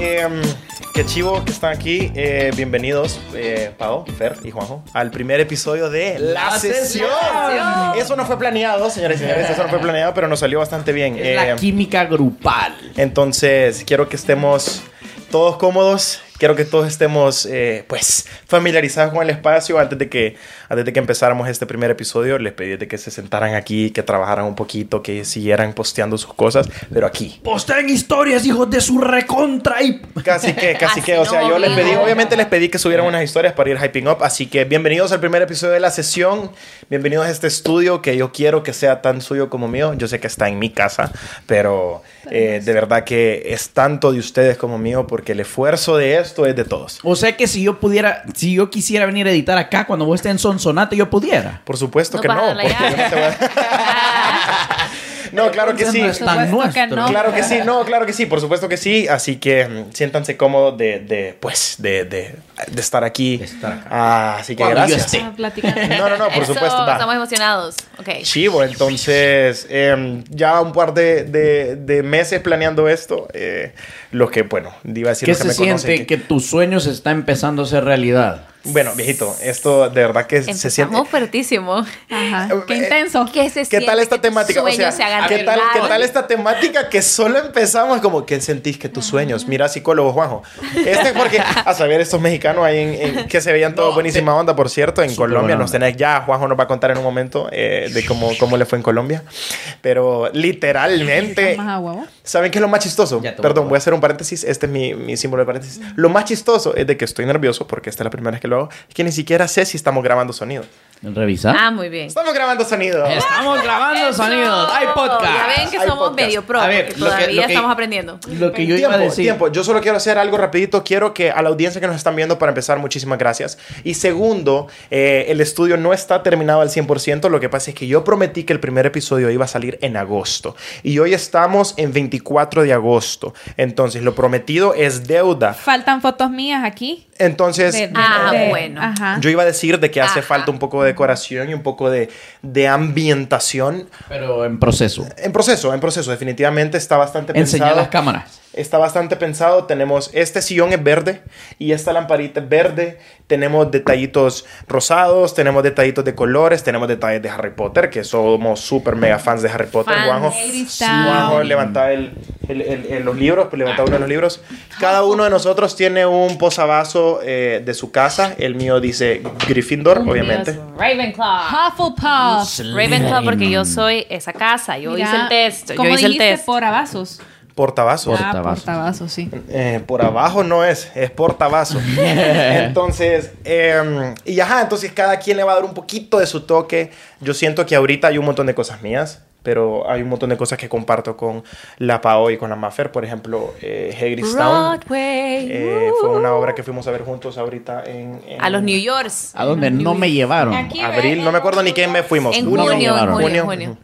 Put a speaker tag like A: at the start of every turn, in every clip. A: em, Qué chivo que están aquí. Eh, bienvenidos, eh, Pau, Fer y Juanjo, al primer episodio de La, sesión. Eso no fue planeado, señores y señores. Eso no fue planeado, pero nos salió bastante bien.
B: Es la
A: Eh,
B: química grupal.
A: entonces, quiero que estemos todos cómodos. Quiero que todos estemos, eh, pues, familiarizados con el espacio. Antes de, que, antes de que empezáramos este primer episodio, les pedí de que se sentaran aquí, que trabajaran un poquito, que siguieran posteando sus cosas, pero aquí.
B: Posteen Pues historias, hijos de su recontra y...
A: Casi que, casi
C: Así
A: que, o sea,
C: no,
A: yo les
C: mira.
A: pedí, obviamente les pedí que subieran unas historias para ir hyping up, así que bienvenidos al primer episodio de la sesión, bienvenidos a este estudio que yo quiero que sea tan suyo como mío, yo sé que está en mi casa, pero eh, de verdad que es tanto de ustedes como mío, porque el esfuerzo de esto es de todos.
B: O sea que si yo pudiera, si yo quisiera venir a editar acá cuando vos estés en Sonsonate, yo pudiera.
A: Por supuesto
C: No
A: que no,
C: para la
A: porque yo no te voy a- No, claro que sí.
B: No es tan
D: Por supuesto que
B: nuestro.
D: no.
A: Claro que sí, no, claro que sí, por supuesto que sí. Así que mm, siéntanse cómodos de, de, pues, de, de, de estar aquí.
B: estar acá.
A: Ah, así que
B: Cuando yo
A: gracias.
B: esté.
D: Ah, platicando.
A: No, no, no, por
C: Eso,
A: supuesto. va.
C: Estamos emocionados. Ok.
A: Chivo, entonces em, ya un par de, de- de meses planeando esto, eh, los que, bueno, iba a decir
B: ¿Qué
A: los que
B: se
A: me conocen
B: siente
A: que-
B: que tu sueño se está empezando a hacer realidad?
A: Bueno, viejito, esto de verdad que se siente...
C: Empezamos fuertísimo.
D: Ajá.
A: Eh,
D: Qué
A: eh,
D: intenso.
C: ¿Qué se
A: ¿Qué
C: siente
A: tal esta
C: que tus
A: temática? O
C: sueños
A: sea,
C: se hagan
A: ¿qué tal, ¿qué
C: realidad?
A: tal esta temática que solo empezamos como que sentís que tus sueños? Mira, psicólogo Juanjo. Este es porque, a saber, estos mexicanos ahí en, en- que se veían todos
B: No,
A: buenísima onda, por cierto, en
B: Súper
A: Colombia.
B: buena
A: Nos
B: onda.
A: tenés ya, Juanjo nos va a contar en un momento eh, de cómo, cómo le fue en Colombia. Pero literalmente...
D: Más a huevo.
A: ¿Saben qué es lo más chistoso?
B: Ya te voy a
A: Perdón,
B: probar.
A: voy a hacer un paréntesis. Este es mi, mi símbolo de paréntesis. Lo más chistoso es de que estoy nervioso, porque esta es la primera vez que lo hago, es que ni siquiera sé si estamos grabando sonido.
B: ¿Revisar?
C: Ah, muy bien.
A: Estamos grabando sonido.
B: Estamos grabando sonidos. Hay
C: Ya
B: podcast.
C: ven que
A: Hay
C: somos
A: podcast.
C: medio pro,
B: A ver,
C: porque
B: lo que-
C: todavía
B: lo que-
C: estamos aprendiendo.
B: Lo que yo
A: tiempo,
B: iba a decir.
A: tiempo. Yo solo quiero hacer algo rapidito. Quiero que a la audiencia que nos están viendo, para empezar, muchísimas gracias. Y segundo, eh, el estudio no está terminado al 100%. Lo que pasa es que yo prometí que el primer episodio iba a salir en agosto. Y hoy estamos en 24 de agosto. Entonces, lo prometido es deuda.
D: Faltan fotos mías aquí.
A: Entonces,
D: De- de-
C: Ah,
D: de-
C: bueno.
D: Ajá.
A: yo iba a decir de que hace
C: Ajá.
A: falta un poco de decoración y un poco de, de ambientación.
B: Pero en proceso.
A: En proceso, en proceso. Definitivamente está bastante
B: Enseñar
A: pensado.
B: las cámaras.
A: Está bastante pensado. Tenemos este sillón es verde y esta lamparita es verde. Tenemos detallitos rosados, tenemos detallitos de colores, tenemos detalles de Harry Potter, que somos súper mega fans de Harry Potter.
C: Fans.
A: Juanjo,
D: Cristal.
A: Juanjo levantaba el- el- el- el- los libros, pues, levantaba uno de los libros. Cada uno de nosotros tiene un posavasos eh, de su casa. El mío dice Gryffindor, obviamente.
C: Ravenclaw.
D: Hufflepuff.
C: Ravenclaw porque yo soy esa casa. Yo hice el test. Yo
D: Como
C: hice el
D: dijiste,
C: test.
D: portavasos.
A: Portavasos.
D: Ah,
B: Portavasos.
D: portavasos, sí.
A: Eh, por abajo no es, es portavasos. entonces, eh, y ajá, entonces cada quien le va a dar un poquito de su toque. Yo siento que ahorita hay un montón de cosas mías, pero hay un montón de cosas que comparto con la PAO y con la Maffer. Por ejemplo, eh, Hagrid's Town.
C: Broadway.
A: eh,
C: uh,
A: fue una obra que fuimos a ver juntos ahorita en... en-
C: A los New Yorks.
B: A donde no me llevaron.
D: Aquí.
A: Abril, no me acuerdo ni qué mes fuimos.
C: En
B: junio,
C: junio, en
B: claro.
C: junio, en
A: Junio.
C: junio.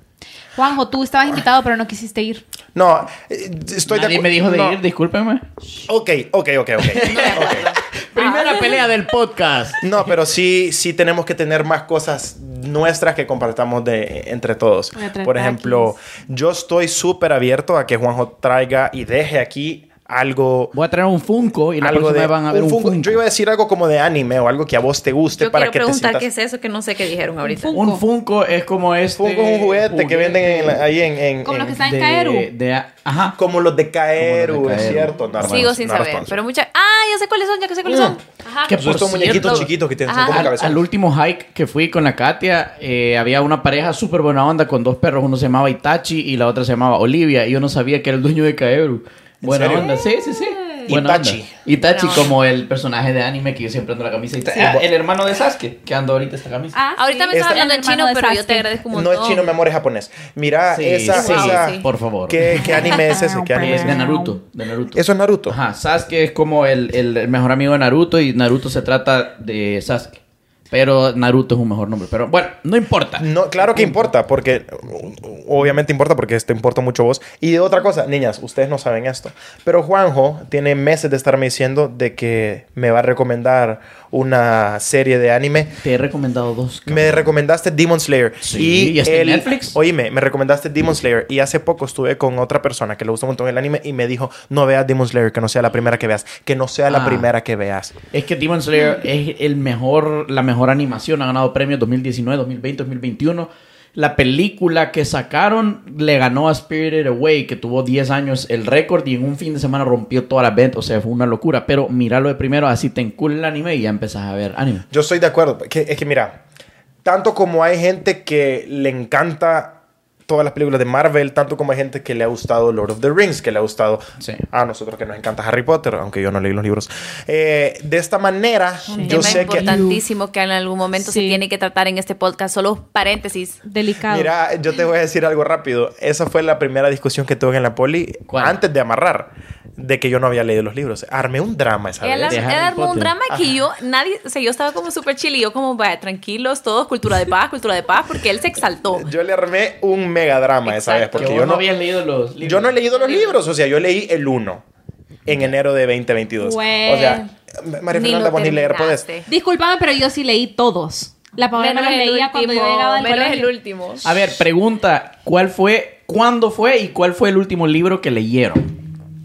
D: Juanjo, tú estabas invitado, pero no quisiste ir.
A: No, eh, estoy de
B: Nadie
A: acu-
B: me dijo de
A: no.
B: ir, discúlpeme.
A: Ok, ok, ok, ok.
C: No me acuerdo.
D: Ah.
B: Primera pelea del podcast.
A: No, pero sí, sí tenemos que tener más cosas nuestras que compartamos de, entre todos.
D: Voy a traer
A: Por ejemplo, yo estoy súper abierto a que Juanjo traiga y deje aquí algo...
B: Voy a traer un Funko y la
A: algo
B: próxima
A: de,
B: vez van a ver un Funko.
A: Yo iba a decir algo como de anime o algo que a vos te guste
C: Yo
A: para
C: quiero
A: que te
C: preguntar
A: sientas...
C: qué es eso que no sé qué dijeron ahorita.
D: Funko.
B: Un Funko es como este...
A: Funko es un juguete, que venden en la- ahí en... en-
D: Como
A: en-
D: los que están en
B: de-
D: Caeru.
B: de- ajá.
A: Como los de Caeru,
B: Como los de
A: es
B: Caeru.
A: cierto. No,
C: Sigo
A: hermanos,
C: sin
A: no
C: saber,
A: respondo.
C: pero muchas. Ah, ya sé cuáles son, ya que sé cuáles son. Ajá.
B: Que
A: Son estos
B: por
A: muñequitos
B: cierto-
A: chiquitos que tienen, son
C: Ajá.
A: como
B: Al,
A: cabezones.
B: al último hike que fui con la Katia, eh, había una pareja súper buena onda con dos perros. Uno se llamaba Itachi y la otra se llamaba Olivia. Y yo no sabía que era el dueño de Kaeru. Buena
A: serio?
B: onda, sí, sí, sí. Buena
A: Itachi.
B: onda. Itachi,
C: Buena onda.
B: como el personaje de anime que yo siempre ando la camisa. Itachi.
A: Sí.
B: Ah, el hermano de Sasuke, que ando ahorita esta camisa.
D: Ah,
C: Ahorita
D: sí.
C: me estás
A: Esta-
C: hablando en
D: El hermano
C: chino,
D: de
C: pero yo te
D: Sasuke.
C: agradezco un
A: No
C: montón.
A: es chino, mi amor, es japonés. Mira,
B: Sí,
A: esa...
B: sí,
A: esa-
C: sí.
B: por favor.
A: ¿Qué, qué anime es
C: Ah,
A: ese? ¿Qué anime
B: Que
A: es?
B: es de Naruto, de Naruto.
A: Eso es Naruto.
B: Ajá, Sasuke es como el, el- el mejor amigo de Naruto y Naruto se trata de Sasuke. Pero Naruto es un mejor nombre. Pero bueno, no importa.
A: No, claro que importa, porque obviamente importa porque te importa mucho vos. Y de otra cosa, niñas, ustedes no saben esto, pero Juanjo tiene meses de estarme diciendo de que me va a recomendar una serie de anime.
B: Te he recomendado dos.
A: Me recomendaste Demon Slayer.
B: Sí, ¿y está en Netflix?
A: Oíme, me recomendaste Demon Slayer. Y hace poco estuve con otra persona que le gusta un montón el anime y me dijo: No veas Demon Slayer, que no sea la primera que veas. Que no sea la
B: Ah.
A: primera que veas.
B: Es que Demon Slayer es el mejor, la mejor animación. Ha ganado premios 2019, 2020, 2021. La película que sacaron le ganó a Spirited Away, que tuvo 10 años el récord y en un fin de semana rompió todas las ventas. O sea, fue una locura. Pero míralo de primero, así te encula el anime y ya empezás a ver anime.
A: Yo estoy de acuerdo. Que- es que mira, tanto como hay gente que le encanta todas las películas de Marvel, tanto como hay gente que le ha gustado Lord of the Rings, que le ha gustado
B: Sí.
A: a nosotros que nos encanta Harry Potter, aunque yo no leí los libros. Eh, de esta manera,
C: Un
A: yo
C: tema
A: sé que...
C: importantísimo que en algún momento
D: Sí.
C: se tiene que tratar en este podcast. Solo paréntesis.
D: Delicado.
A: Mira, yo te voy a decir algo rápido. Esa fue la primera discusión que tuve en la poli
B: ¿Cuál?
A: antes de amarrar, de que yo no había leído los libros. Armé un drama esa
C: Él,
A: vez.
B: De Harry
C: él armó un
B: Potter.
C: drama que yo, nadie, o sea, yo estaba como súper chill y yo como, vaya, tranquilos, todos, cultura de paz, cultura de paz, porque él se exaltó.
A: Yo le armé un mega drama esa vez,
C: Exacto.
A: porque yo no,
B: había leído los libros.
A: Yo no he leído los libros, o sea, yo leí el 1 en enero de 2022.
D: Güey.
A: O sea, M- María
C: Ni
A: Fernanda,
C: lo
A: vos ni leer podés.
C: terminaste.
D: Disculpame, pero yo sí leí todos. La Paola no
C: Menos
D: los
C: el
D: leía cuando yo
C: último,
D: llegaba al
C: menos el
D: colegio.
C: último.
B: A ver, pregunta, ¿cuál fue, cuándo fue y cuál fue el último libro que leyeron?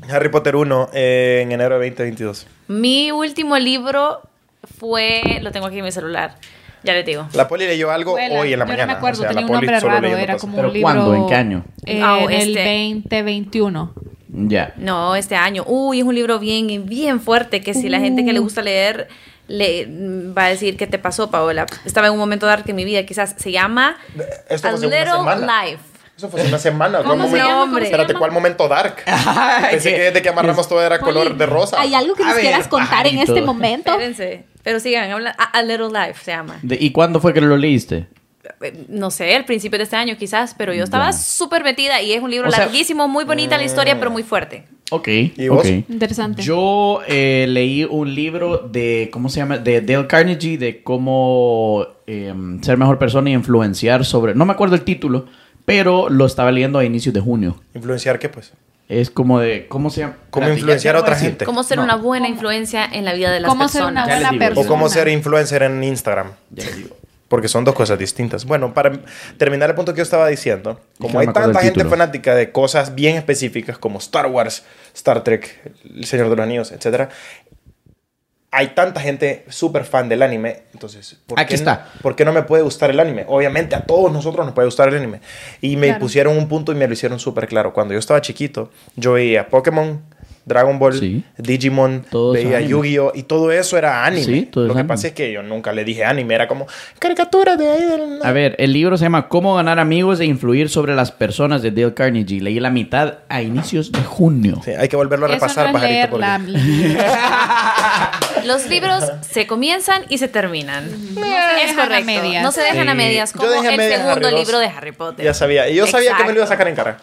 A: Harry Potter 1 eh, en enero de 2022.
C: Mi último libro fue, lo tengo aquí en mi celular, ya les digo.
A: La poli leyó algo
D: Abuela,
A: hoy en la
D: yo
A: mañana.
D: No me acuerdo,
A: o sea,
D: tenía
A: la
D: un
A: poli
D: nombre
A: solo
D: raro,
A: leyendo
D: era
A: cosas.
D: como
B: ¿Pero
D: un libro.
B: cuándo? ¿En qué año?
D: Eh,
C: Ah,
D: en el
C: este.
D: 2021.
B: Ya.
C: No, este año. Uy, es un libro bien, bien fuerte que si la gente
D: Uh.
C: que le gusta leer le mm, va a decir qué te pasó, Paola. Estaba en un momento dark en mi vida, quizás. Se llama
A: Esto
C: A
A: fue hace una
C: Little
A: semana.
C: Life.
A: Eso fue hace una semana.
D: ¿Cómo
A: ¿Cuál
D: se
A: momento?
D: llama? ¿Cómo se
A: Espérate,
D: llama?
A: ¿cuál momento dark? Pensé que desde que amarramos todo era color de rosa.
D: ¿Hay algo que
B: A
D: nos
B: ver,
D: quieras contar en
B: pajarito.
D: este momento?
C: Espérense. Pero sigan hablando. A, A Little Life se llama.
B: De- ¿Y cuándo fue que lo leíste?
C: Eh, No sé, al principio de este año quizás, pero yo estaba
B: Ya.
C: súper metida y es un libro
B: O sea- eh,
C: larguísimo, muy bonita la historia, pero muy fuerte.
B: Ok.
A: ¿Y vos?
B: ok.
D: Interesante.
B: Yo eh, leí un libro de, ¿cómo se llama? De Dale Carnegie, de cómo eh, ser mejor persona y influenciar sobre... No me acuerdo el título, pero lo estaba leyendo a inicios de junio.
A: ¿Influenciar qué, pues?
B: Es como de, ¿cómo se llama?
A: Cómo
B: Espérate, ya
A: influenciar
B: te
A: a
B: voy
A: otra
B: decir.
A: gente.
C: Cómo ser
B: No.
C: una buena influencia en la vida de las
D: ¿Cómo ser
C: personas.
D: una
B: Ya les
D: buena
B: digo, ya.
D: persona?
A: ¿O cómo ser influencer en Instagram?
B: Ya te digo.
A: Porque son dos cosas distintas. Bueno, para terminar el punto que yo estaba diciendo,
B: que no
A: como hay
B: me acuerdo
A: tanta
B: el
A: gente
B: título.
A: fanática de cosas bien específicas como Star Wars, Star Trek, El Señor de los Anillos, etc., hay tanta gente súper fan del anime, entonces, ¿por
B: Aquí
A: qué,
B: está.
A: ¿por qué no me puede gustar el anime? Obviamente a todos nosotros nos puede gustar el anime. Y me
D: Claro.
A: pusieron un punto y me lo hicieron súper claro. Cuando yo estaba chiquito, yo veía Pokémon, Dragon Ball,
B: Sí.
A: Digimon,
B: Todos
A: veía
B: anime.
A: Yu-Gi-Oh! y todo eso era anime.
B: Sí, todo
A: lo
B: es
A: que
B: anime.
A: pasa es que yo nunca le dije anime, era como caricatura de ahí del...
B: A ver, el libro se llama Cómo ganar amigos e influir sobre las personas de Dale Carnegie. Leí la mitad a inicios de junio.
A: Sí, hay que volverlo a
D: Eso
A: repasar,
D: no es
A: pajarito. porque-
D: leer la-
C: Los libros se comienzan y se terminan. es
D: dejan a
C: correcto.
D: medias.
C: No se dejan a
B: Sí.
C: medias
A: Yo
C: como
A: dejé a
C: el
A: medias
C: segundo
A: Harry Potter.
C: libro de Harry Potter.
A: Ya sabía. Y yo sabía que me lo iba a
C: Exacto.
A: sacar en cara.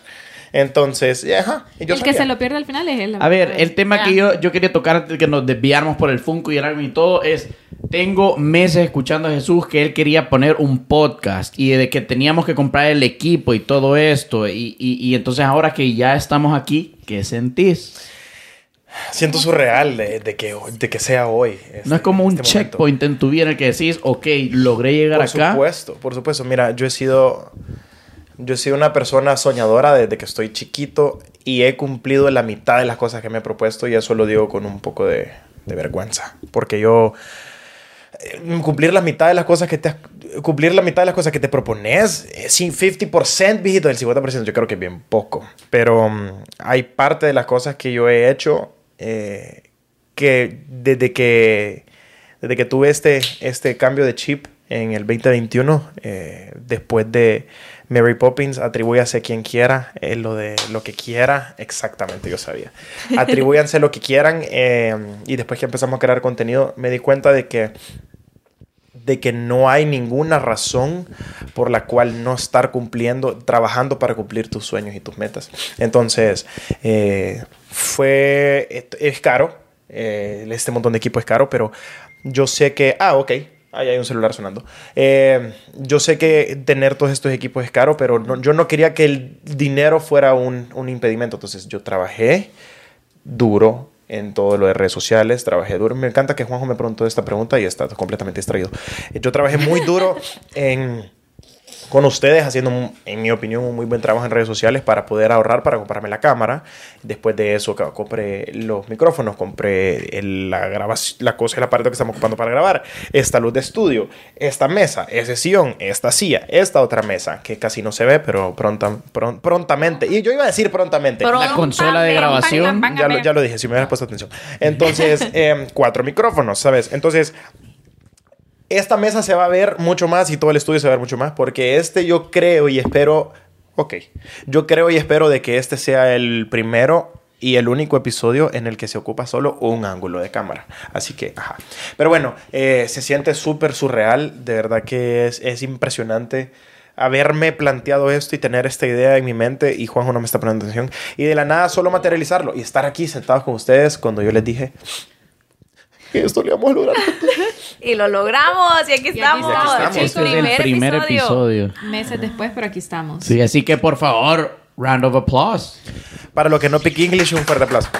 A: Entonces, y ajá. y yo
D: el que
A: sabía.
D: se lo pierde al final es él.
B: A ver, el tema
C: Ya.
B: que yo, yo quería tocar antes de que nos desviáramos por el Funko y el álbum y todo es, tengo meses escuchando a Jesús que él quería poner un podcast y de que teníamos que comprar el equipo y todo esto. Y, y- y entonces ahora que ya estamos aquí, ¿qué sentís?
A: Siento surreal de, de que, de que sea hoy. este-
B: No es como un
A: este momento.
B: checkpoint en tu vida en el que decís, ok, logré llegar
A: Por
B: acá.
A: supuesto, por supuesto. Mira, yo he sido. Yo he sido una persona soñadora desde que estoy chiquito y he cumplido la mitad de las cosas que me he propuesto y eso lo digo con un poco de, de vergüenza. Porque yo eh, cumplir la mitad de las cosas que te has- cumplir la mitad de las cosas que te propones eh, sí, 50% viejito del 50% yo creo que es bien poco pero mm, hay parte de las cosas que yo he hecho eh, que desde que desde que tuve este este cambio de chip en el 2021 eh, después de Mary Poppins atribúyase quien quiera eh, lo de lo que quiera exactamente yo sabía atribúyanse lo que quieran eh, y después que empezamos a crear contenido me di cuenta de que de que no hay ninguna razón por la cual no estar cumpliendo, trabajando para cumplir tus sueños y tus metas. Entonces, eh, fue, es- es caro, eh, este montón de equipo es caro, pero yo sé que, ah, ok, Ahí hay un celular sonando. Eh, yo sé que tener todos estos equipos es caro, pero no- yo no quería que el dinero fuera un, un impedimento. Entonces yo trabajé duro en todo lo de redes sociales, trabajé duro. Me encanta que Juanjo me preguntó esta pregunta y está completamente distraído. Eh, Yo trabajé muy duro en con ustedes haciendo, un- en mi opinión, un muy buen trabajo en redes sociales para poder ahorrar para comprarme la cámara. Después de eso, ca- compré los micrófonos, compré el- la grabación, la cosa, el aparato que estamos ocupando para grabar, esta luz de estudio, esta mesa, ese sillón, esta silla, esta otra mesa, que casi no se ve, pero pronta, pron- prontamente. Y yo iba a decir prontamente.
C: Pronto,
B: La consola de
C: pam, pam,
B: grabación.
D: pam,
A: Ya lo, ya lo dije, si me hubieras puesto atención. Entonces, em, cuatro micrófonos, ¿sabes? Entonces, esta mesa se va a ver mucho más y todo el estudio se va a ver mucho más porque este yo creo y espero, ok, yo creo y espero de que este sea el primero y el único episodio en el que se ocupa solo un ángulo de cámara. Así que, ajá. Pero bueno, eh, se siente súper surreal, de verdad que es, es impresionante haberme planteado esto y tener esta idea en mi mente y Juanjo no me está poniendo atención y de la nada solo materializarlo y estar aquí sentados con ustedes cuando yo les dije que esto lo íbamos a lograr.
C: Y lo logramos, y aquí estamos.
D: estamos. Y aquí
B: Este es el primer episodio.
D: Meses después, pero aquí estamos.
B: Sí, así que por favor, round of applause.
A: Para los que no pick English, un fuerte aplauso.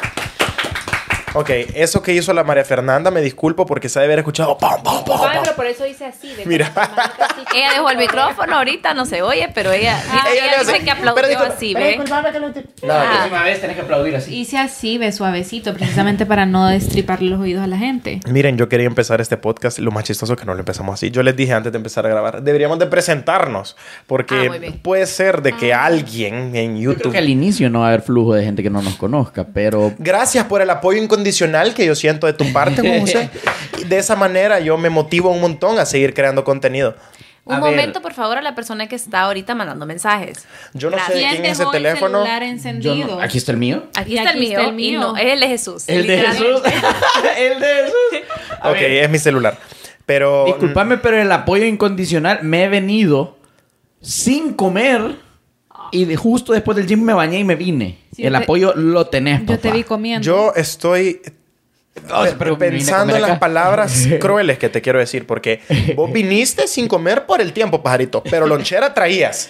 A: Ok, eso que hizo la María Fernanda, me disculpo porque sabe haber escuchado. ¡pam, pam, pam,
E: Ay,
A: pam!
E: pero por eso hice así. de
A: Mira.
E: con la manita así,
C: Ella dejó el micrófono ahorita, no se oye, pero ella,
A: Ella
C: ella,
A: le hace-
C: dice que aplaudió
A: Pero disculpa,
C: así,
A: pero
C: ¿ve?
A: disculpame que lo estoy- Nada,
C: Ah.
B: próxima vez tenés que aplaudir así.
D: Hice así, ve suavecito, precisamente para no destriparle los oídos a la gente.
A: que- Miren, yo quería empezar este podcast, lo más chistoso es que no lo empezamos así. Yo les dije antes de empezar a grabar, deberíamos de presentarnos, porque
C: Ah, muy bien. Ah.
A: puede ser de que alguien en
B: Yo creo
A: YouTube...
B: que al inicio no va a haber flujo de gente que no nos conozca, pero
A: Gracias por el apoyo incondicional que yo siento de tu parte, Juan José. Y De esa manera yo me motivo un montón a seguir creando contenido.
B: A ver.
C: Un momento, por favor, a la persona que está ahorita mandando mensajes.
A: Yo no sé de
C: Gracias.
A: quién es el teléfono.
D: celular
B: yo
D: encendido?
B: no- aquí está el mío.
C: Aquí
D: Y
C: está,
D: aquí
C: el, mío,
D: está el mío.
C: Y no, él es Jesús.
B: El de
C: literalmente.
B: Jesús. el de Jesús. A
A: Ok,
B: ver,
A: es mi celular. Pero...
B: Disculpame, pero el apoyo incondicional me he venido sin comer y de- justo después del gym me bañé y me vine.
D: Sí,
B: el
D: yo te-
B: apoyo lo tenés,
D: Yo te
B: papá.
D: vi comiendo.
A: Yo estoy
B: Oh,
A: pe-
B: pero me vine a
A: pensando
B: comer
A: en las
B: acá.
A: palabras crueles que te quiero decir, porque vos viniste sin comer por el tiempo, pajarito, pero lonchera traías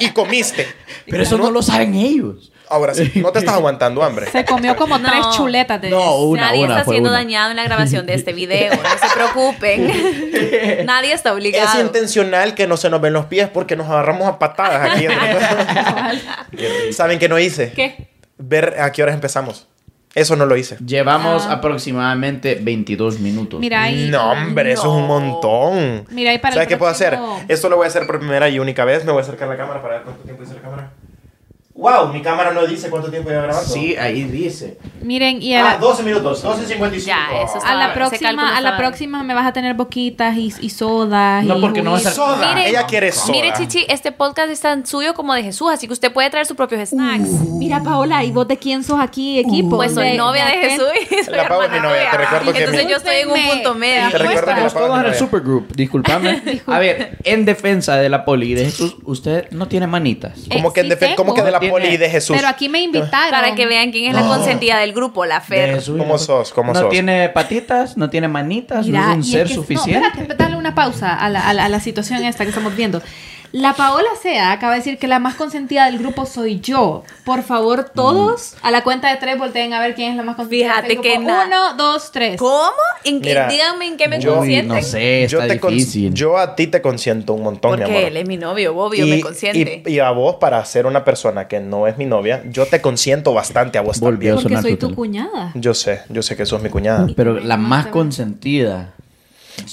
A: y comiste.
B: Pero eso no lo saben ellos.
A: Ahora sí, no te estás aguantando hambre.
D: Se comió como
C: No.
D: tres chuletas de
B: No, una,
C: Nadie
B: una,
C: está
B: fue
C: siendo
B: una.
C: dañado en la grabación de este video, no se preocupen. Nadie está
A: Es
C: obligado.
A: intencional que no se nos ven los pies porque nos agarramos a patadas aquí. ¿Saben qué no hice?
D: ¿Qué?
A: Ver a qué horas empezamos. Eso no lo hice.
B: Llevamos aproximadamente 22 minutos.
D: Ah. Mira ahí.
A: no, hombre, eso es un
C: no.
A: montón.
D: Mira, y para el
A: ¿Sabes qué puedo hacer?
D: próximo-
A: Esto lo voy a hacer por primera y única vez. Me voy a acercar la cámara para ver cuánto tiempo dice la cámara. ¡Wow! Mi cámara no dice cuánto tiempo lleva grabando.
B: Sí, ahí dice.
D: Miren, y a
A: Ah,
D: la,
A: 12 minutos, 12.55.
C: Ya, eso
E: Ah,
C: está-
D: a la
C: Ese cálculo
D: próxima, a la
C: estaba-
D: próxima me vas a tener boquitas y, y sodas.
B: No,
D: y
B: porque no vas a-
D: juguitos.
A: Soda.
C: Mire,
A: Ella quiere soda.
C: Mire, Chichi, este podcast es tan suyo como de Jesús, así que usted puede traer sus propios snacks.
D: Mira, Paola, ¿y vos de quién sos aquí, equipo?
C: Pues soy novia de Jesús y soy
A: La Pau es mi
C: hermana
A: novia, te
C: tuya.
A: recuerdo que
C: Entonces
A: mi-
C: yo estoy en un punto medio.
A: Te recuerdo que la
B: Estamos
A: paga
B: todos
A: no
B: en el
A: era.
B: supergroup, disculpame. A ver, en defensa de la poli y de Jesús, usted no tiene manitas.
D: Eh,
A: Como que, en
D: sí
A: defe- como
D: tengo.
A: que de la
B: Tiene-
A: poli de Jesús. Ah.
D: Pero aquí me invitaron.
C: Para que vean quién es la consentida del grupo, la
B: De
C: Fer.
B: Jesús y
A: ¿Cómo
B: la-
A: sos? ¿Cómo
B: no
A: sos?
B: tiene patitas, no tiene manitas,
D: Mira,
B: no es un
D: y
B: ser
D: que- no,
B: suficiente.
D: espérate, dale una pausa a la, a la- a la situación esta que estamos viendo. La Paola Sea acaba de decir que la más consentida del grupo soy yo. Por favor, todos
B: Mm.
D: a la cuenta de tres volteen a ver quién es la más consentida.
C: Fíjate
D: del grupo.
C: que na-
D: Uno, dos, tres.
C: ¿Cómo? ¿En qué-
A: Mira,
C: díganme en qué me
A: yo-
B: Uy,
C: consienten.
B: no sé, está
A: yo, te cons-
B: difícil.
A: yo a ti te consiento un montón, mi
C: Porque
A: amor.
C: él es mi novio, obvio, me consiente.
A: y- y a vos, para ser una persona que no es mi novia, yo te consiento bastante a vos también.
B: Volvió.
D: Porque
B: Sonar
D: soy
B: tu
D: tu
B: teléfono.
D: cuñada.
A: Yo sé, yo sé que sos mi cuñada.
B: Pero la más consentida.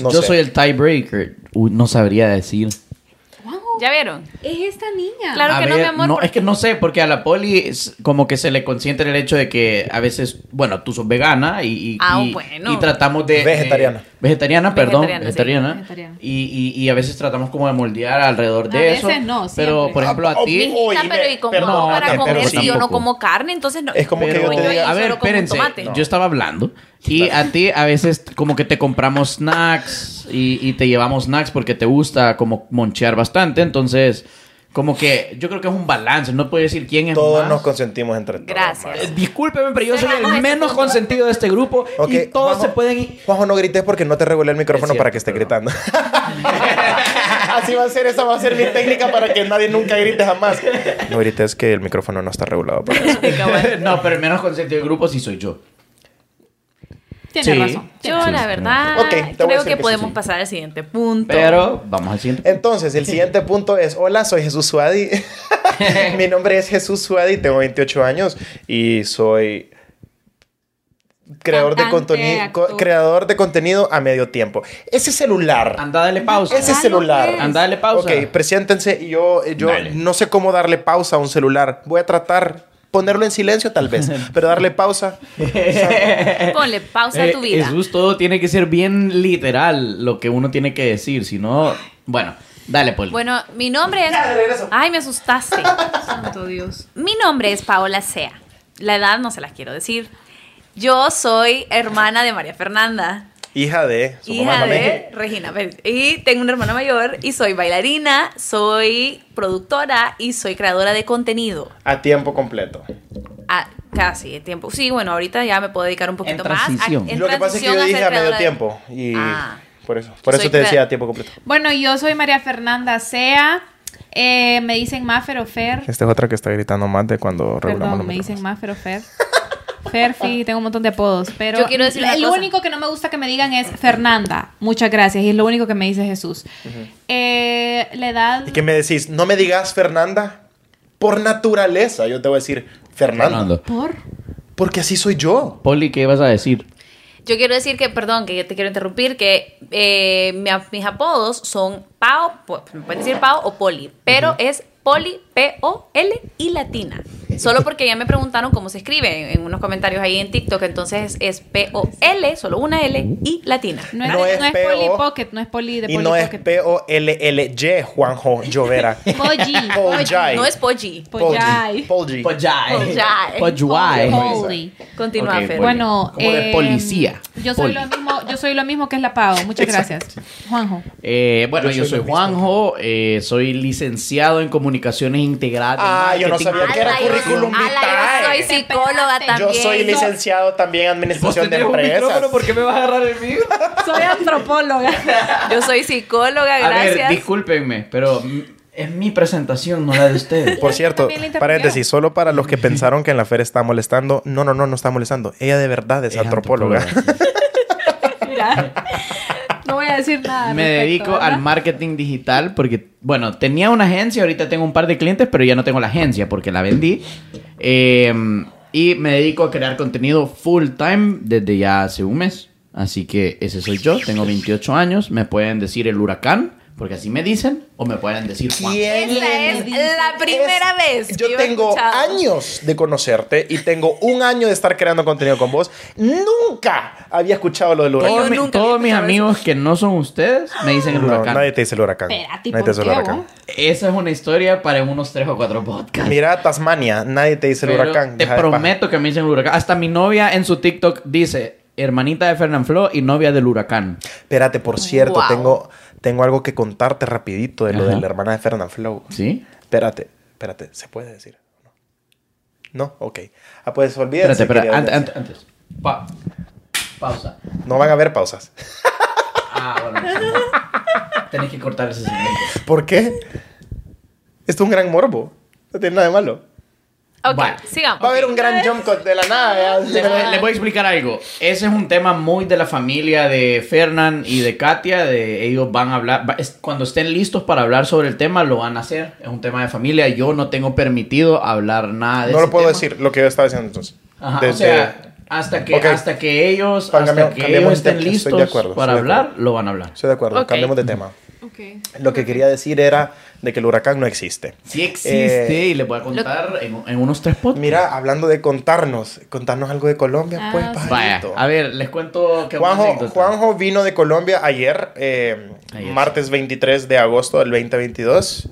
A: No
B: yo
A: sé.
B: soy el tiebreaker. Uy, no sabría decir.
D: Wow,
C: ¿Ya vieron?
D: es esta niña.
C: Claro.
B: A
C: que no, mi amor, porque-
B: es que no sé, porque a la poli es como que se le consiente el hecho de que a veces, bueno, tú sos vegana y, y,
C: Ah,
B: y-
C: bueno.
B: y tratamos de...
A: Vegetariana.
B: de- vegetariana, perdón.
C: Vegetariana, sí,
B: Vegetariana.
D: vegetariana.
B: Y, y- y a veces tratamos como de moldear alrededor de
D: A veces
B: eso.
D: no,
B: Pero,
D: siempre.
B: por ejemplo, a ti...
A: Oh,
C: Mijita,
A: y me-
C: pero ¿y cómo
A: perdón,
C: hago para
A: pero
C: comer si yo no
B: tampoco.
C: como carne? Entonces no.
A: Es como que
B: Pero,
A: yo te diga-
B: a ver,
C: solo como un
B: espérense.
C: tomate.
B: Yo estaba hablando y a ti a veces como que te compramos snacks y, y te llevamos snacks porque te gusta como monchear bastante. Entonces, Como que yo creo que es un balance. No puedo decir quién es
A: Todos
B: más.
A: nos consentimos entre todos.
C: Gracias.
A: mae.
B: Eh, Discúlpeme, pero yo soy
C: Cerramos
B: el
C: este
B: menos
C: punto.
B: consentido de este grupo.
A: Ok,
B: y todos
A: Juanjo-
B: se pueden...
A: Juanjo, no grites porque no te regulé el micrófono
B: Es
A: para
B: cierto,
A: que esté
B: perdón.
A: gritando. Así va a ser, esa va a ser mi técnica para que nadie nunca grite jamás. No grites que el micrófono no está regulado para eso.
C: Cabal.
B: no, pero el menos consentido del grupo sí soy yo.
D: Tiene
B: Sí.
D: razón. tiene
C: Yo,
B: Sí,
C: la
B: sí.
C: verdad,
A: Ok, te voy a
C: creo
A: decir
C: que,
A: que sí,
C: podemos
A: sí.
C: pasar al siguiente punto.
B: Pero vamos al siguiente.
A: Entonces, el siguiente punto es, hola, soy Jesús Suadi. Mi nombre es Jesús Suadi, tengo 28 años y soy creador de,
D: Cantante,
A: contenido,
D: actor.
A: creador de contenido a medio tiempo. Ese celular.
B: Anda, dale pausa.
A: Ese
D: Dale,
A: celular.
D: pues.
B: Anda, dale pausa.
A: Ok, preséntense y yo, yo
B: Dale.
A: no sé cómo darle pausa a un celular. Voy a tratar ponerlo en silencio tal vez, pero darle pausa.
C: Ponle pausa a tu
B: Eh,
C: vida.
B: Jesús, todo tiene que ser bien literal lo que uno tiene que decir. Si no... Bueno, dale, pues.
C: Bueno, mi nombre es.
A: Ya, de regreso.
C: Ay, me asustaste.
D: Santo Dios.
C: mi nombre es Paola Sea. La edad no se las quiero decir. Yo soy hermana de María Fernanda,
A: Hija de... su
C: hija
A: mamá México.
C: de Regina Pérez. Y tengo una hermana mayor y soy bailarina, soy productora y soy creadora de contenido.
A: A tiempo completo.
C: Ah, casi de tiempo. Sí, bueno, ahorita ya me puedo dedicar un poquito
B: En
C: más.
B: transición.
C: en
A: Lo que pasa es que
C: transición
A: yo
C: a
A: dije
C: ser
A: a medio
C: creadora de-
A: tiempo y
C: Ah.
A: por eso, por
C: Soy
A: eso te
C: crea-
A: decía a tiempo completo.
D: Bueno, yo soy María Fernanda Sea. Eh, me dicen Mafer o Fer.
A: Esta es otra que está gritando más de cuando regulamos
D: Perdón,
A: los
D: me dicen
A: micrófonos.
D: Mafer o Fer. Ferfi, tengo un montón de apodos, pero
C: Yo quiero decir una
D: el
C: cosa.
D: único que no me gusta que me digan es Fernanda. Muchas gracias, y es lo único que me dice Jesús. Eh, la edad
A: ¿Y qué me decís? No me digas Fernanda. Por naturaleza, yo te voy a decir Fernanda.
B: Fernando.
D: por
A: Porque así soy yo.
B: Poli, ¿qué ibas a decir?
C: Yo quiero decir que, perdón, que te quiero interrumpir, que eh, mi a- mis apodos son Pau, po- me pueden decir Pau o Poli, pero es Poli, P-O-L y latina. Solo porque ya me preguntaron cómo se escribe en, en unos comentarios ahí en TikTok, entonces es P-O-L, solo una L y latina.
D: no es,
A: No
D: no
A: es
D: es
A: PO,
D: Polly Pocket, no es Polly de
A: Y
D: Polly
A: no es
D: Pocket.
A: P-O-L-L-Y, Juanjo Llovera.
D: Polly,
A: Pollay.
C: No es Poggi.
D: Pollay.
A: Polly.
B: Pues eh.
C: Pues Pollay.
B: Pollay.
D: Polly.
C: Continúa,
B: Ok,
C: Fer.
B: Poli.
D: Bueno,
B: Como de
D: eh,
B: policía.
D: Yo
B: Poli.
D: soy lo mismo, yo soy lo mismo que es la Pau. Muchas gracias. Juanjo.
B: Eh, bueno,
A: Yo
B: yo
A: soy
B: soy,
A: lo mismo.
B: Juanjo, eh, soy licenciado en comunicaciones integradas. de
A: Ah, yo no
B: marketing.
A: sabía que era
C: Ala, yo-
A: currículum
C: ala,
A: vitae.
C: yo soy psicóloga
D: Yo
A: Yo
C: también.
A: soy licenciado también en
B: Vos
A: administración de
B: tenés un micrófono,
A: empresas.
B: ¿por qué me vas a agarrar el mío?
D: Soy antropóloga.
C: Yo soy psicóloga,
B: A ver,
C: gracias.
B: discúlpenme, pero mm, es mi presentación, no la de ustedes.
A: Por cierto,
D: También la interrumpió.
A: paréntesis, solo para los que pensaron que en la feria está molestando. No, no, no, no está molestando. Ella de verdad es,
B: Es
A: antropóloga.
D: Mira, no voy a decir nada. al
B: Me
D: respecto,
B: dedico
D: ¿verdad?
B: al marketing digital porque, bueno, tenía una agencia, ahorita tengo un par de clientes, pero ya no tengo la agencia porque la vendí. Eh, y me dedico a crear contenido full time desde ya hace un mes. Así que ese soy yo, tengo 28 años, me pueden decir el huracán, porque así me dicen, o me pueden decir Juan.
A: ¿Quién
C: Esta
A: le
C: es
A: dice?
C: la primera
A: Es-
C: vez. que
A: Yo
C: he
A: tengo
C: escuchado.
A: años de conocerte y tengo un año de estar creando contenido con vos. Nunca había escuchado lo del
B: Todos,
A: huracán.
C: Yo
B: mi-
C: nunca
B: todos
C: había
B: mis
C: escuchado
B: amigos que no son ustedes me dicen el
A: No,
B: huracán.
A: nadie te dice el huracán.
D: Espérate,
A: nadie te dice el
D: ¿por qué,
A: huracán.
D: vos?
B: Esa es una historia para unos 3 o 4 podcasts.
A: Mira Tasmania, nadie te dice el
B: Pero
A: huracán.
B: Te
A: deja de paja.
B: prometo que me dicen huracán. Hasta mi novia en su TikTok dice, hermanita de Fernán Flo y novia del huracán.
A: Espérate, por cierto,
C: Wow.
A: tengo, tengo algo que contarte rapidito de lo
B: Ajá.
A: de la hermana de Fernan Flow.
B: ¿Sí?
A: Espérate, espérate, ¿se puede decir? No, ok. Ah, pues olvídense.
B: Espérate, espérate.
A: querida
B: Antes,
A: audiencia.
B: antes, antes. Pa- pausa.
A: No van a haber pausas.
B: Ah, bueno. sí, no. Tenés que cortar ese segmento.
A: ¿Por qué? Esto es un gran morbo. No tiene nada de malo.
C: Ok,
B: Vale.
C: sigamos.
A: Va a haber un gran jump cut de la nada.
B: Les voy, les voy a explicar algo. Ese es un tema muy de la familia de Fernán y de Katia. De ellos van a hablar. va- es- cuando estén listos para hablar sobre el tema, lo van a hacer. Es un tema de familia. Yo no tengo permitido hablar nada de
A: No
B: ese
A: lo puedo
B: tema.
A: decir, lo que yo estaba diciendo entonces.
B: Ajá,
A: Desde-
B: o sea, hasta que,
A: Ok.
B: hasta que ellos,
A: Juan,
B: hasta
A: cambiamos-
B: que
A: cambiamos
B: ellos
A: de
B: estén
A: tema,
B: listos
A: estoy de acuerdo, estoy
B: para
A: de
B: hablar,
A: acuerdo.
B: lo van a hablar.
A: Estoy de acuerdo,
C: Ok.
A: cambiemos de tema.
D: Okay.
A: Lo que quería decir era de que el huracán no existe.
B: Sí
A: Eh,
B: existe y les voy a contar en, en unos tres podcasts.
A: Mira, hablando de contarnos, contarnos algo de Colombia,
D: Ah,
A: pues,
D: sí.
B: Vaya,
A: pajarito.
B: a ver, les cuento que una
A: Juanjo,
B: anécdota.
A: Juanjo vino de Colombia ayer, eh,
B: Ayer,
A: martes 23 de agosto del 2022.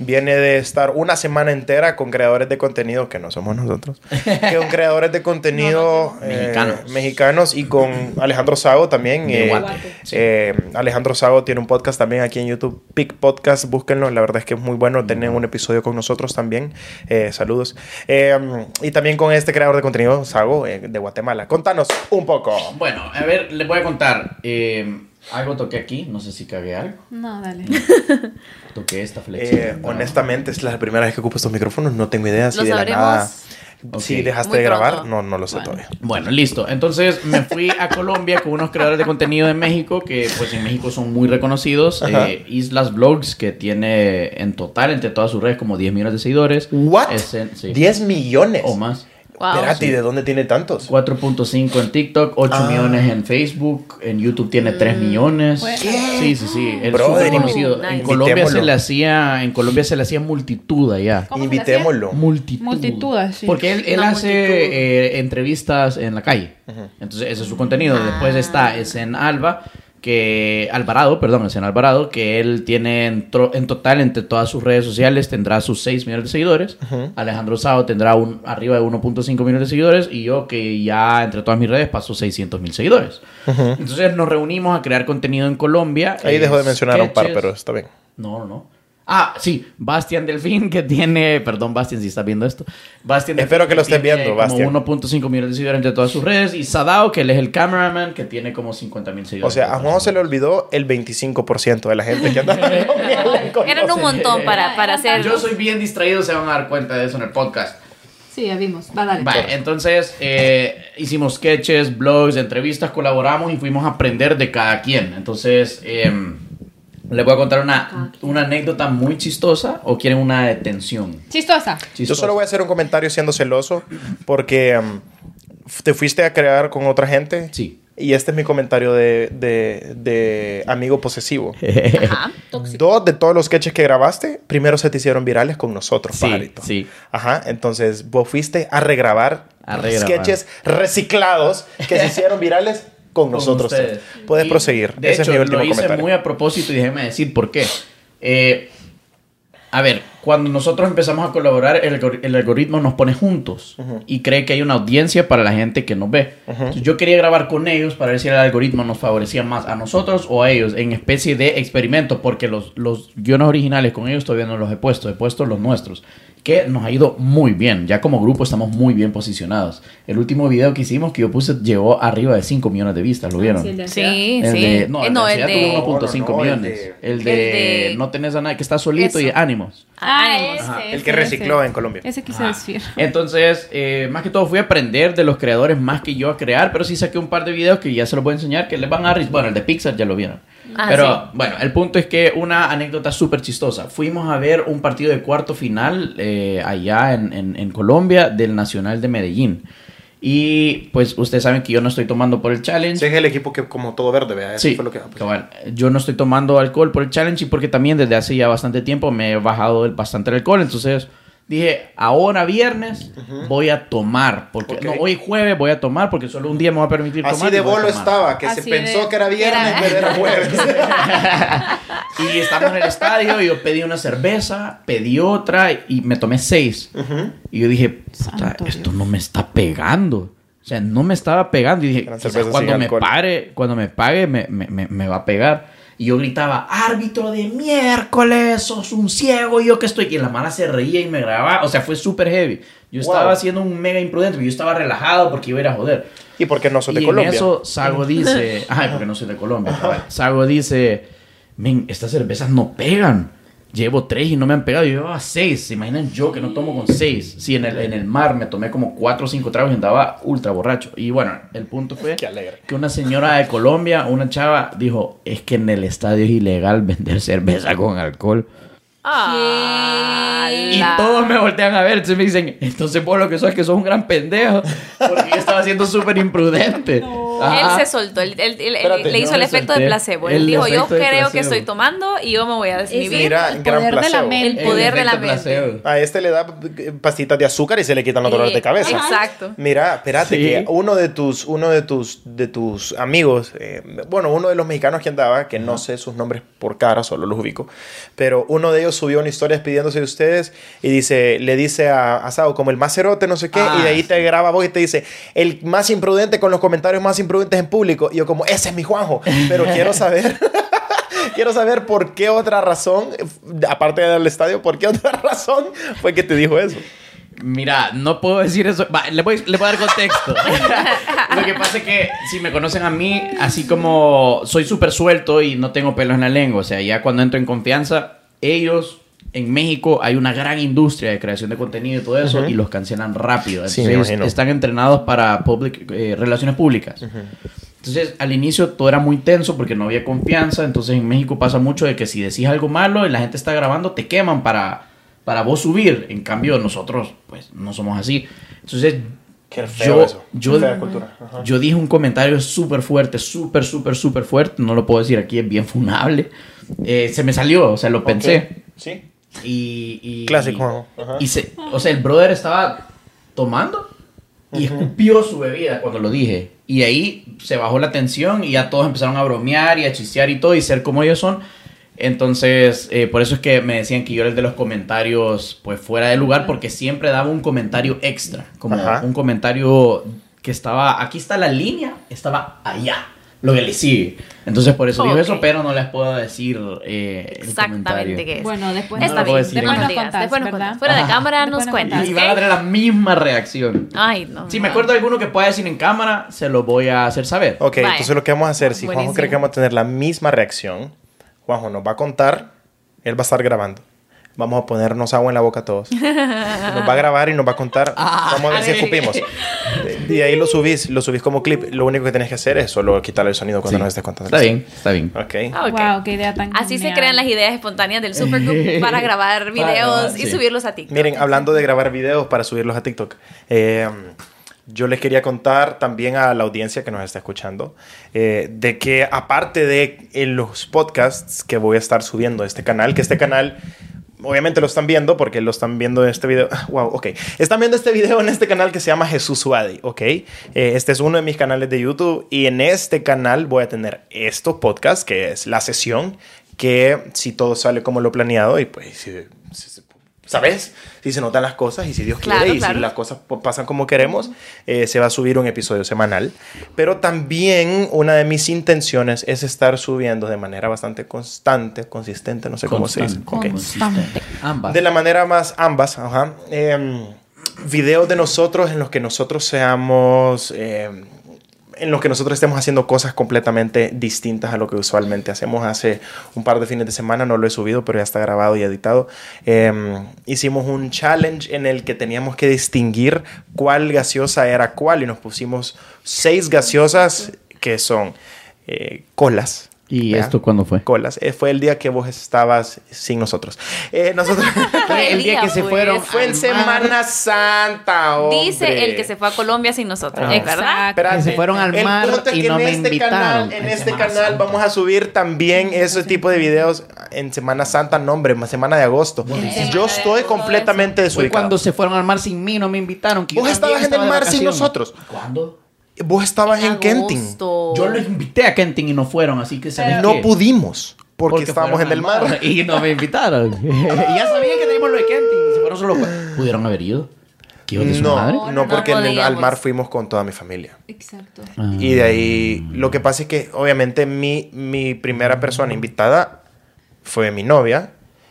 A: viene de estar una semana entera con creadores de contenido, que no somos nosotros, que con creadores de contenido
B: no, no.
A: eh,
B: Mexicanos.
A: mexicanos y con Alejandro Sago también.
B: De
A: eh,
B: Guate,
A: eh, Alejandro Sago tiene un podcast también aquí en YouTube, Pic Podcast, búsquenlo, la verdad es que es muy bueno, tienen un episodio con nosotros también, Eh, saludos. Eh, y también con este creador de contenido, Sago, eh, de Guatemala. Contanos un poco.
B: Bueno, a ver, les voy a contar. eh, algo toqué aquí, no sé si cagué algo.
D: No, dale.
B: Toqué esta flecha.
A: Eh, honestamente, es la primera vez que ocupo estos micrófonos, no tengo idea si
C: Lo
A: de la
C: sabremos
A: nada...
B: Ok.
A: Si dejaste
C: Muy
A: de grabar,
C: pronto.
A: no, no lo sé
D: Bueno.
A: todavía.
B: Bueno, listo. Entonces me fui a Colombia con unos creadores de contenido de México que pues en México son muy reconocidos.
A: Ajá.
B: Eh, Islas Vlogs, que tiene en total, entre todas sus redes, como 10 millones de seguidores.
A: ¿What?
B: Es en- sí. Oh,
A: 10 millones.
B: O más.
C: Wow.
A: Espérate, ¿y ¿de dónde tiene tantos?
B: 4.5 en TikTok, 8
A: Ah.
B: millones en Facebook, en YouTube tiene 3 millones.
D: Bueno.
B: Sí, sí, sí, es
A: Brother,
B: súper conocido.
C: invi-
B: En
C: nice.
B: Colombia se
A: Invitémoslo.
B: le hacía en Colombia se le hacía multitud allá.
D: ¿Cómo se le hacía?
A: Invitémoslo.
B: Multitud.
D: Multitud, sí.
B: Porque él, él
C: Una
B: hace
C: multitud.
B: eh, entrevistas en la calle. Entonces, ese es su contenido. Después
C: Ah.
B: está en Alba, que Alvarado, perdón, en Alvarado, que él tiene en, tro- en total entre todas sus redes sociales tendrá sus 6 millones de seguidores. Alejandro Sao tendrá un, arriba de 1.5 millones de seguidores y yo que ya entre todas mis redes paso 600 mil seguidores. Entonces nos reunimos a crear contenido en Colombia.
A: Ahí
B: eh,
A: dejo de mencionar a un par,
B: sketches.
A: pero está bien.
B: No, no, no. Ah, sí, Bastian Delfín, que tiene. Perdón, Bastian, si estás viendo esto. Bastian
A: Espero
B: Delfín,
A: que lo estés
B: tiene
A: viendo,
B: como
A: Bastian.
B: 1.5 millones de seguidores entre todas sus redes. Y Sadao, que él es el cameraman, que tiene como 50 mil
A: O
B: seguidores.
A: sea, a Juan se le olvidó el 25% de la gente que andaba con él. con
C: Eran un
A: nosotros.
C: montón para, para hacer.
B: Yo soy bien distraído, se van a dar cuenta de eso en el podcast.
D: Sí, ya vimos. Va, dale.
B: Vale, entonces eh, hicimos sketches, blogs, entrevistas, colaboramos y fuimos a aprender de cada quien. Entonces, em, les voy a contar una, una anécdota muy chistosa o quieren una detención.
D: Chistosa.
A: Yo solo voy a hacer un comentario siendo celoso porque um, f- te fuiste a crear con otra gente.
B: Sí.
A: Y este es mi comentario de, de- de amigo posesivo.
C: Ajá.
A: Dos de todos los sketches que grabaste, primero se te hicieron virales con nosotros,
B: Sí,
A: pajarito.
B: sí.
A: Ajá, entonces vos fuiste a regrabar,
B: A regrabar.
A: sketches reciclados que se hicieron virales con nosotros.
B: ustedes.
A: tres. Puedes
B: Y,
A: proseguir.
B: De
A: Ese
B: hecho,
A: es mi último
B: lo hice
A: comentario.
B: muy a propósito y déjeme decir por qué. Eh, a ver, cuando nosotros empezamos a colaborar, el, algor- el algoritmo nos pone juntos y cree que hay una audiencia para la gente que nos ve. Entonces, yo quería grabar con ellos para ver si el algoritmo nos favorecía más a nosotros o a ellos en especie de experimento, porque los, los guiones originales con ellos todavía no los he puesto, he puesto los nuestros, que nos ha ido muy bien. Ya como grupo estamos muy bien posicionados. El último video que hicimos que yo puse llegó arriba de 5 millones de vistas,
D: Ah,
B: ¿lo vieron?
C: Sí,
B: El
C: sí.
B: de, no,
C: Eh,
B: el
C: no,
B: de
C: el
B: ansiedad
C: de-
B: tuvo
A: No,
B: 1.5
A: no, el
B: millones.
A: de-
B: El de,
C: el de-
B: no tenés a nadie, que está solito y
C: Eso.
B: ánimos.
D: Ah,
C: Ánimos.
D: ese,
A: El
D: ese,
A: que recicló
D: ese.
A: en Colombia.
D: Ese quise
C: Ah.
B: Ajá.
D: decir.
B: Entonces, eh, más que todo fui a aprender de los creadores más que yo a crear, pero sí saqué un par de videos que ya se los voy a enseñar, que les van a... ris- Bueno, el de Pixar ya lo vieron.
C: Ah,
B: pero bueno, el punto es que una anécdota súper chistosa. Fuimos a ver un partido de cuarto final eh, allá en, en- en Colombia del Nacional de Medellín. Y pues ustedes saben que yo no estoy tomando por el challenge.
A: Ese es el equipo que como todo verde, ¿verdad? Eso
B: Sí,
A: fue lo que ah, pues
B: cabal. Yo no estoy tomando alcohol por el challenge y porque también desde hace ya bastante tiempo me he bajado el- bastante el alcohol. Entonces dije, ahora viernes voy a tomar. Porque
A: Ok.
B: no, hoy jueves voy a tomar porque solo un día me va a permitir
A: Así
B: tomar.
A: de
B: y voy a
A: bolo
B: tomar.
A: estaba, que se
D: Así
A: pensó
D: de-
A: que era viernes,
D: era-
A: pero era jueves.
B: Y estamos en el estadio, y yo pedí una cerveza, pedí otra y me tomé seis. Y yo dije, puta,
D: Santo
B: esto
D: Dios.
B: no me está pegando. O sea, no me estaba pegando. Y dije,
A: Eran
B: "Quizás
A: cervezas
B: cuando
A: sin
B: me
A: alcohol".
B: pare, cuando me pague, me, me- me- me va a pegar. Y yo gritaba, árbitro de miércoles, sos un ciego, y yo que estoy. Y la mala se reía y me grababa. O sea, fue súper heavy. Yo
A: Wow.
B: estaba siendo un mega imprudente, pero yo estaba relajado porque iba a ir a joder.
A: y porque no soy de
B: Y
A: Colombia.
B: en eso Sago dice, ay, porque no soy de Colombia, cabal. Sago dice, men, estas cervezas no pegan. Llevo tres y no me han pegado. Yo llevaba seis. ¿Se imaginan yo que no tomo con seis? Sí, en el, en el mar me tomé como cuatro o cinco tragos y andaba ultra borracho. Y bueno, el punto fue
A: Qué alegre.
B: que una señora de Colombia, una chava, dijo, es que en el estadio es ilegal vender cerveza con alcohol.
C: Ah,
B: Y
C: la-
B: todos me voltean a ver, entonces me dicen, entonces vos lo que sos es que sos un gran pendejo, porque yo estaba siendo súper imprudente. Ajá.
C: Él se soltó, él, él- él-
A: Espérate,
C: le hizo
B: no
C: el
B: me
C: efecto
B: solté.
C: de placebo. Él
B: El
C: dijo, yo
B: efecto de
C: creo que
B: placebo.
C: estoy tomando y yo me voy a
A: Ese-
C: desvivir.
A: Mira,
D: el
A: gran
D: poder de la
A: placebo.
D: mente.
C: El poder de la
B: efecto
C: mente.
B: placebo.
A: A este le da eh, pastitas de azúcar y se le quitan los dolores de cabeza.
C: Exacto.
A: Mira, espérate,
B: Sí.
A: que uno de tus, uno de tus, de tus amigos, eh, bueno, uno de los mexicanos que andaba, que no sé sus nombres por cara, solo los ubico, pero uno de ellos subió una historia pidiéndose de ustedes y dice, le dice a, a Sao como el más cerote, no sé qué,
B: Ah,
A: y de ahí
B: sí.
A: te graba vos y te dice, el más imprudente con los comentarios más imprudentes en público. Y yo como, ese es mi Juanjo, pero quiero saber. Quiero saber por qué otra razón, aparte de ir al estadio, por qué otra razón fue que te dijo eso.
B: Mira, no puedo decir eso. Va, le, voy, le voy a dar contexto. Lo que pasa es que si me conocen a mí, así como soy súper suelto y no tengo pelos en la lengua, o sea, ya cuando entro en confianza, ellos en México hay una gran industria de creación de contenido y todo eso y los cancelan rápido.
A: Sí,
B: Entonces,
A: me imagino.
B: están entrenados para public- eh, relaciones públicas. Entonces, al inicio todo era muy tenso porque no había confianza. Entonces, en México pasa mucho de que si decís algo malo y la gente está grabando, te queman para, para vos subir. En cambio, nosotros, pues, no somos así. Entonces,
A: Qué feo
B: yo,
A: eso.
B: yo-
A: Qué fea cultura. Ajá.
B: yo dije un comentario súper fuerte, súper, súper, súper fuerte. No lo puedo decir aquí, es bien funable. Eh, se me salió, o sea, lo pensé.
A: Ok. Sí.
B: Y, y-
A: Clásico, Juanjo. Ajá.
B: y se- o sea, el brother estaba tomando y escupió su bebida cuando lo dije. Y ahí se bajó la tensión y ya todos empezaron a bromear y a chistear y todo y ser como ellos son. Entonces, eh, por eso es que me decían que yo era el de los comentarios, pues fuera de lugar, porque siempre daba un comentario extra, como
A: Ajá.
B: un comentario que estaba, aquí está la línea, estaba allá, lo que le sigue. Entonces, por eso digo
C: Ok.
B: eso, pero no les puedo decir eh, el comentario.
C: Exactamente qué es.
D: Bueno, después
B: Está
D: nos-
B: bien,
D: después
B: no
D: nos
B: lo
C: digas,
D: contás,
C: después nos
D: ¿verdad?
C: contás. Fuera de
B: Ajá.
C: cámara nos
D: Después nos
C: cuentas.
B: Y van a
C: ¿ok?
B: tener la misma reacción.
C: Ay, no.
B: Si me acuerdo de alguno que pueda decir en cámara, se lo voy a hacer saber.
A: Ok,
C: Vaya.
A: entonces lo que vamos a hacer, si Juanjo
C: Buenísimo.
A: cree que vamos a tener la misma reacción, Juanjo nos va a contar, él va a estar grabando. Vamos a ponernos agua en la boca a todos. Nos va a grabar y nos va a contar. Vamos a ver si
B: ay.
A: escupimos. De- Y ahí lo subís, lo subís como clip. Lo único que tenés que hacer es solo quitarle el sonido cuando
B: Sí.
A: nos estés contando.
B: Está bien, está bien.
A: Ok.
C: Ah, ok.
D: Wow, qué idea tan
C: Así se
D: genial.
C: crean las ideas espontáneas del Supergroup para grabar
B: Para
C: videos
B: grabar,
C: y
B: sí.
C: subirlos a TikTok.
A: Miren, hablando de grabar videos para subirlos a TikTok, eh, yo les quería contar también a la audiencia que nos está escuchando eh, de que aparte de eh, los podcasts que voy a estar subiendo a este canal, que este canal... Obviamente lo están viendo porque lo están viendo en este video. Wow, ok. Están viendo este video en este canal que se llama Jesús Suadi, ok. Eh, este es uno de mis canales de YouTube y en este canal voy a tener estos podcasts, que es la sesión, que si todo sale como lo planeado y pues si- si se ¿Sabes? Si se notan las cosas y si Dios
C: Claro,
A: quiere y
C: claro.
A: si las cosas po- pasan como queremos, eh, se va a subir un episodio semanal. Pero también una de mis intenciones es estar subiendo de manera bastante constante, consistente, no sé cómo se dice.
B: Constante,
A: Ok.
B: consistente. Ambas.
A: De la manera más ambas, ajá. em, videos de nosotros en los que nosotros seamos... em, en los que nosotros estemos haciendo cosas completamente distintas a lo que usualmente hacemos. Hace un par de fines de semana, no lo he subido, pero ya está grabado y editado. Em, hicimos un challenge en el que teníamos que distinguir cuál gaseosa era cuál y nos pusimos seis gaseosas que son eh, colas.
B: ¿Y
A: ¿verdad?
B: esto cuándo fue?
A: Colas. Eh, fue el día que vos estabas sin nosotros. Eh, nosotros...
B: Fue el día que se
C: Pues,
B: fueron.
A: Fue en
B: al
A: Semana
B: mar.
A: Santa, hombre.
C: Dice el que se fue a Colombia sin nosotros,
A: Ah.
C: ¿es ¿verdad?
D: Exacto.
B: Que se fueron al
A: El
B: mar
A: punto es
B: y
A: que
B: no
A: en
B: me
A: este
B: invitaron.
A: canal, en
B: Ay,
A: este
B: Semana
A: canal
B: Santa.
A: vamos a subir también ese tipo de videos en Semana Santa, no hombre, más Semana de agosto.
C: Buenísimo.
A: Yo
C: Semana de
A: estoy
C: agosto,
A: completamente
B: Fue
A: desubicado.
B: cuando se fueron al mar sin mí, no me invitaron. que yo
A: Vos
B: también
A: estabas en el
B: estaba de
A: mar sin
B: vacaciones.
A: nosotros.
B: ¿Cuándo?
A: Vos estabas en Kenting.
C: Agosto.
B: Yo los invité a Kenting y no fueron, así que ¿sabes
A: No
B: qué?
A: pudimos porque, estábamos en
B: fueron
A: el mar.
B: al Y no me invitaron. Y ya sabían que teníamos lo de Kenting. Se fueron solo. pues. ¿Pudieron haber ido? ¿Qué hijos de su madre?
A: No, no,
C: No
A: porque en el- al
C: podíamos.
A: mar fuimos con toda mi familia.
D: Exacto.
B: Ah.
A: Y de ahí, lo que pasa es que obviamente mi, mi primera persona invitada fue mi novia.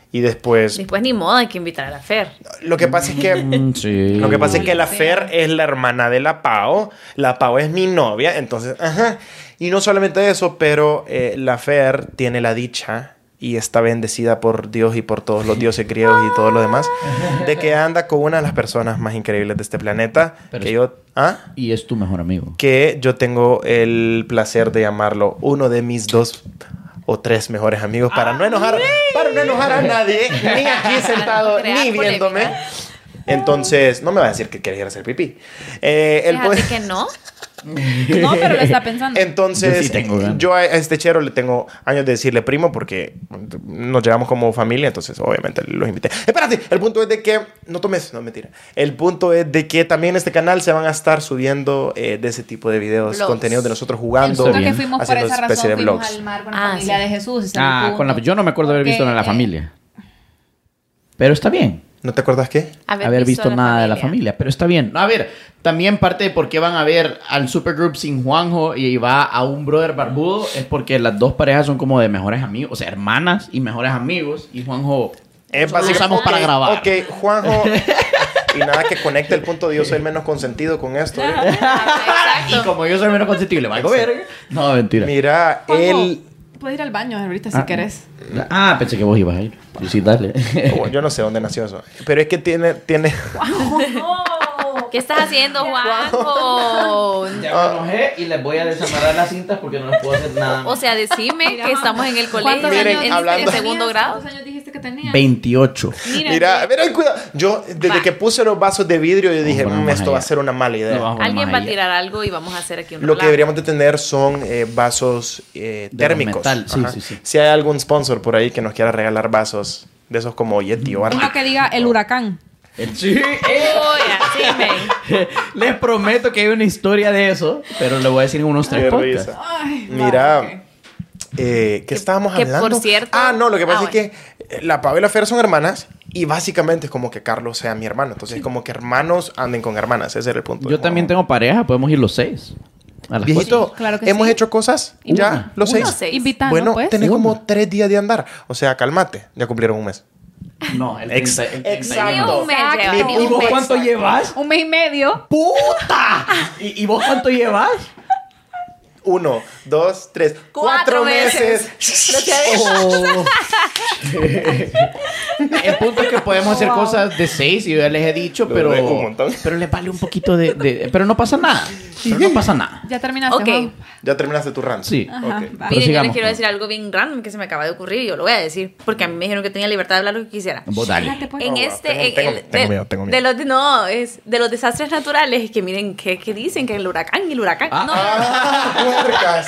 A: Y después,
C: Después ni modo, hay que invitar a la Fer.
A: lo que pasa es que...
B: Mm, sí.
A: Lo que pasa es que la Fer es la hermana de la Pau. La Pau es mi novia, entonces, ajá. Y no solamente eso, pero eh, la Fer tiene la dicha y está bendecida por Dios y por todos los dioses griegos y todo lo demás, de que anda con una de las personas más increíbles de este planeta,
B: Pero
A: que
B: es-
A: yo... ¿Ah?
B: Y es tu mejor amigo.
A: que yo tengo el placer de llamarlo uno de mis dos o tres mejores amigos para no enojar para no enojar a nadie ni aquí sentado
C: Crear
A: ni
C: polémica.
A: viéndome entonces no me va a decir que quería ir a hacer pipí Eh, el
C: Fíjate
A: poder-
C: que no.
D: No, pero lo está pensando.
A: Entonces,
B: Yo sí tengo ganas.
A: yo a este chero le tengo años de decirle primo porque nos llevamos como familia, entonces obviamente los invité. Espérate, el punto es de que, no tomes, no mentira, el punto es de que también en este canal se van a estar subiendo eh, de ese tipo de videos,
C: Blogs.
A: contenido de nosotros
D: Nosotros
A: jugando,
B: bien.
D: que fuimos por
A: haciendo
D: esa razón,
A: especie de
D: fuimos
A: vlogs.
D: al mar con
C: Ah,
D: la familia
C: sí.
D: de Jesús. ese es el
B: Ah, con la,
D: punto.
B: yo no me acuerdo haber visto
D: Porque,
B: en la
D: eh,
B: familia. Pero está bien.
A: ¿No te acuerdas qué?
C: Haber,
B: haber visto, nada de la familia, pero está bien. No, a ver, también parte de por qué van a ver al supergroup sin Juanjo y va a un brother barbudo es porque las dos parejas son como de mejores amigos, o sea, hermanas y mejores amigos y Juanjo
A: Es
B: lo
A: básicamente-
B: usamos para
A: ok,
B: grabar.
A: Ok, Juanjo. y nada que conecte el punto de yo soy el menos consentido con esto. ¿eh?
C: Ah,
B: Y
C: Exacto.
B: como yo soy menos consentible, valgo verga. No, mentira.
A: Mira,
D: Juanjo,
A: él.
D: Puedes ir al baño ahorita si
B: Ah.
D: querés.
B: Ah, pensé que vos ibas a ir. Yo sí, dale.
A: Bueno, yo no sé dónde nació eso. Pero es que tiene. tiene
C: ¿Qué estás haciendo, Juanjo?
B: Ya me enojé y les voy a desamarrar las cintas porque no les puedo hacer nada.
C: O sea, decime que estamos en el colegio,
A: Miren,
C: en, en
A: hablando-
C: segundo grado.
D: ¿Cuántos años dijiste que tenía?
B: 28.
A: mira, mira, cuidado. Yo, desde
C: Va.
A: que puse los vasos de vidrio, yo dije,
B: Vamos
A: "Mm, esto
B: allá.
A: va a ser una mala idea.
B: No, vamos
C: Alguien
B: más
C: va a
B: allá.
C: tirar algo y vamos a hacer aquí un
A: Lo que
C: relajo.
A: deberíamos de tener son eh, vasos eh,
B: De
A: térmicos.
B: metal, sí,
A: Ajá.
B: sí, sí.
A: Si hay algún sponsor por ahí que nos quiera regalar vasos de esos como Yeti o
D: Uno
A: Arla.
D: que diga el huracán.
B: El- Sí, eh.
C: Uy, así men.
B: Les prometo que hay una historia de eso, pero le voy a decir en unos
A: Qué
B: tres podcasts.
A: risa.
D: Ay,
A: Mira,
D: va, ok.
A: eh, ¿qué estábamos
C: que por
A: hablando?
C: cierto-
A: Ah, no, lo que pasa
C: Ah,
A: es que eh, la Pau y la Fer son hermanas y básicamente es como que Carlos sea mi hermano. Entonces, es como que hermanos anden con hermanas. Ese era el punto.
B: Yo también tengo pareja, podemos ir los seis. A las
A: Viejito,
D: Sí, claro que
A: hemos
D: sí.
A: hecho cosas
B: Y
A: ya,
B: una,
A: los
B: una.
A: seis.
C: Seis.
D: Invitando,
A: Bueno,
D: pues.
A: tenés como
B: Una.
A: tres días de andar. O sea, cálmate. Ya cumplieron un mes.
B: cosas. No, el
A: Ex-
B: 30, el 31.
C: Ni
A: exacto.
C: un mes lleva,
A: Mi
C: ni
B: ¿Y
C: un
B: vos
C: mes.
B: cuánto llevas?
D: Un mes y medio.
B: ¡Puta! ¿Y, y vos cuánto llevas?
A: Uno, dos, tres,
C: Cuatro meses.
B: Oh. el punto es que podemos hacer cosas de seis y yo ya les he dicho,
A: Lo
B: pero,
A: reco un montón.
B: pero les vale un poquito de, de- Pero no pasa nada. Pero no pasa nada.
D: Ya terminaste.
C: Ok.
D: Juan.
A: Ya terminaste tu rant.
B: Sí.
D: Ajá,
A: Ok.
D: va.
B: Pero sigamos.
C: Miren, yo les
B: pues.
A: pues.
C: quiero decir algo bien random que se me acaba de ocurrir y yo lo voy a decir porque a mí me dijeron que tenía libertad de hablar lo que quisiera.
B: Vos dale.
D: Espérate, pues.
C: En
A: wow,
C: este,
A: oh, tengo-
C: en
A: tengo-
C: el-
A: tengo
C: de-
A: miedo, tengo
C: de
A: miedo.
C: los no es de los desastres naturales que miren que, que dicen que el huracán y el huracán.
B: Ah.
C: no,
A: Ah, puercas.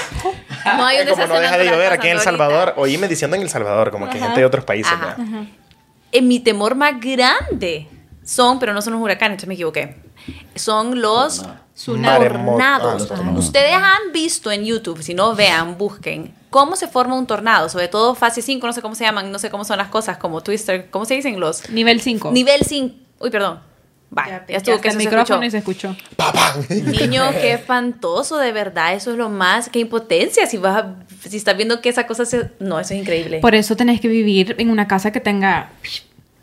C: no, no hay un
A: Eh, como
C: desastre
A: no deja de
C: natural
A: llover aquí en El
C: pasando
A: Salvador,
C: ahorita.
A: oíme diciendo en El Salvador, como que gente de otros países.
C: Ajá.
A: ya.
C: Eh, mi temor más grande son, pero no son los huracanes, entonces me equivoqué. Son los
A: Maremoto.
C: tornados.
A: Ah, los
B: tornados.
C: Ustedes han visto en YouTube, si no vean, busquen cómo se forma un tornado, sobre todo fase 5, no sé cómo se llaman, no sé cómo son las cosas, como Twister, ¿cómo se dicen los?
D: Nivel 5.
C: Nivel 5. Uy, perdón. Vaya, ya, estuvo que
D: el
C: eso se
D: micrófono
C: escuchó.
D: y se escuchó.
A: Pa, pa.
C: Niño, qué espantoso, de verdad. Eso es lo más. Qué impotencia. Si vas a- si estás viendo que esa cosa se. No, eso es increíble.
D: Por eso tenés que vivir en una casa que tenga.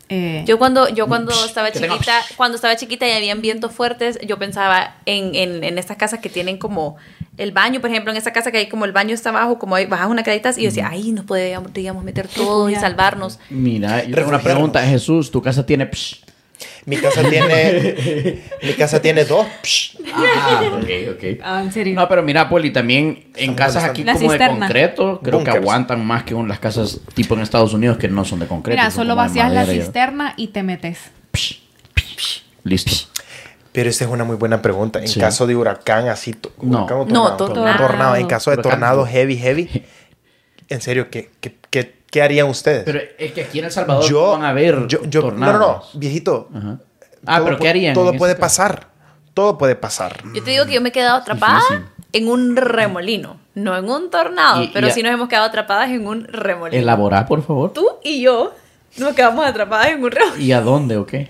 D: eh,
C: Yo cuando, yo cuando estaba
B: que tenga-
C: chiquita, cuando estaba chiquita y habían vientos fuertes, yo pensaba en, en, en estas casas que tienen como el baño, por ejemplo, en esta casa que hay como el baño está abajo, como hay, bajas una cadita y yo decía, ay, nos podríamos digamos, meter todo y
D: Refugiar.
C: salvarnos.
B: Mira, yo tengo una
A: Refugiarnos.
B: pregunta. Jesús, ¿tu casa tiene... psh?
A: Mi casa tiene. mi casa tiene dos. Psh.
B: Ah, ok, ok.
D: ah, en serio.
B: No, pero mira, Poli, también en casas aquí
D: La
B: como de
D: cisterna.
B: concreto, creo
A: Bunkers.
B: que aguantan más que en las casas tipo en Estados Unidos que no son de concreto.
D: Mira,
B: son
D: solo
B: como de
D: vacías la
B: madera y-
D: cisterna y te metes.
B: Psh, psh, psh, Listo.
A: Pero esta es una muy buena pregunta. En
B: Sí.
A: caso de huracán, así. to-
B: No.
A: huracán o
C: No,
A: tornado?
C: tornado.
A: Tornado. En caso de
B: Huracán.
A: tornado heavy, heavy. En serio, ¿qué, qué, qué, qué harían ustedes?
B: Pero es que aquí en El Salvador van a ver
A: yo- yo- no, no, no,
B: tornados.
A: viejito.
B: Ajá. Ah,
A: todo
B: pero
A: pu-
B: ¿qué harían?
A: Todo
B: en
A: puede
B: ese caso?
A: pasar. Todo puede pasar.
C: Yo te digo que yo me he quedado atrapada
B: Difícil.
C: en un remolino, no en un tornado,
B: Y-
C: pero
B: y a-
C: sí nos hemos quedado atrapadas en un remolino.
B: Elaborar, por favor.
C: Tú y yo nos quedamos atrapadas en un remolino.
B: ¿Y a dónde o qué?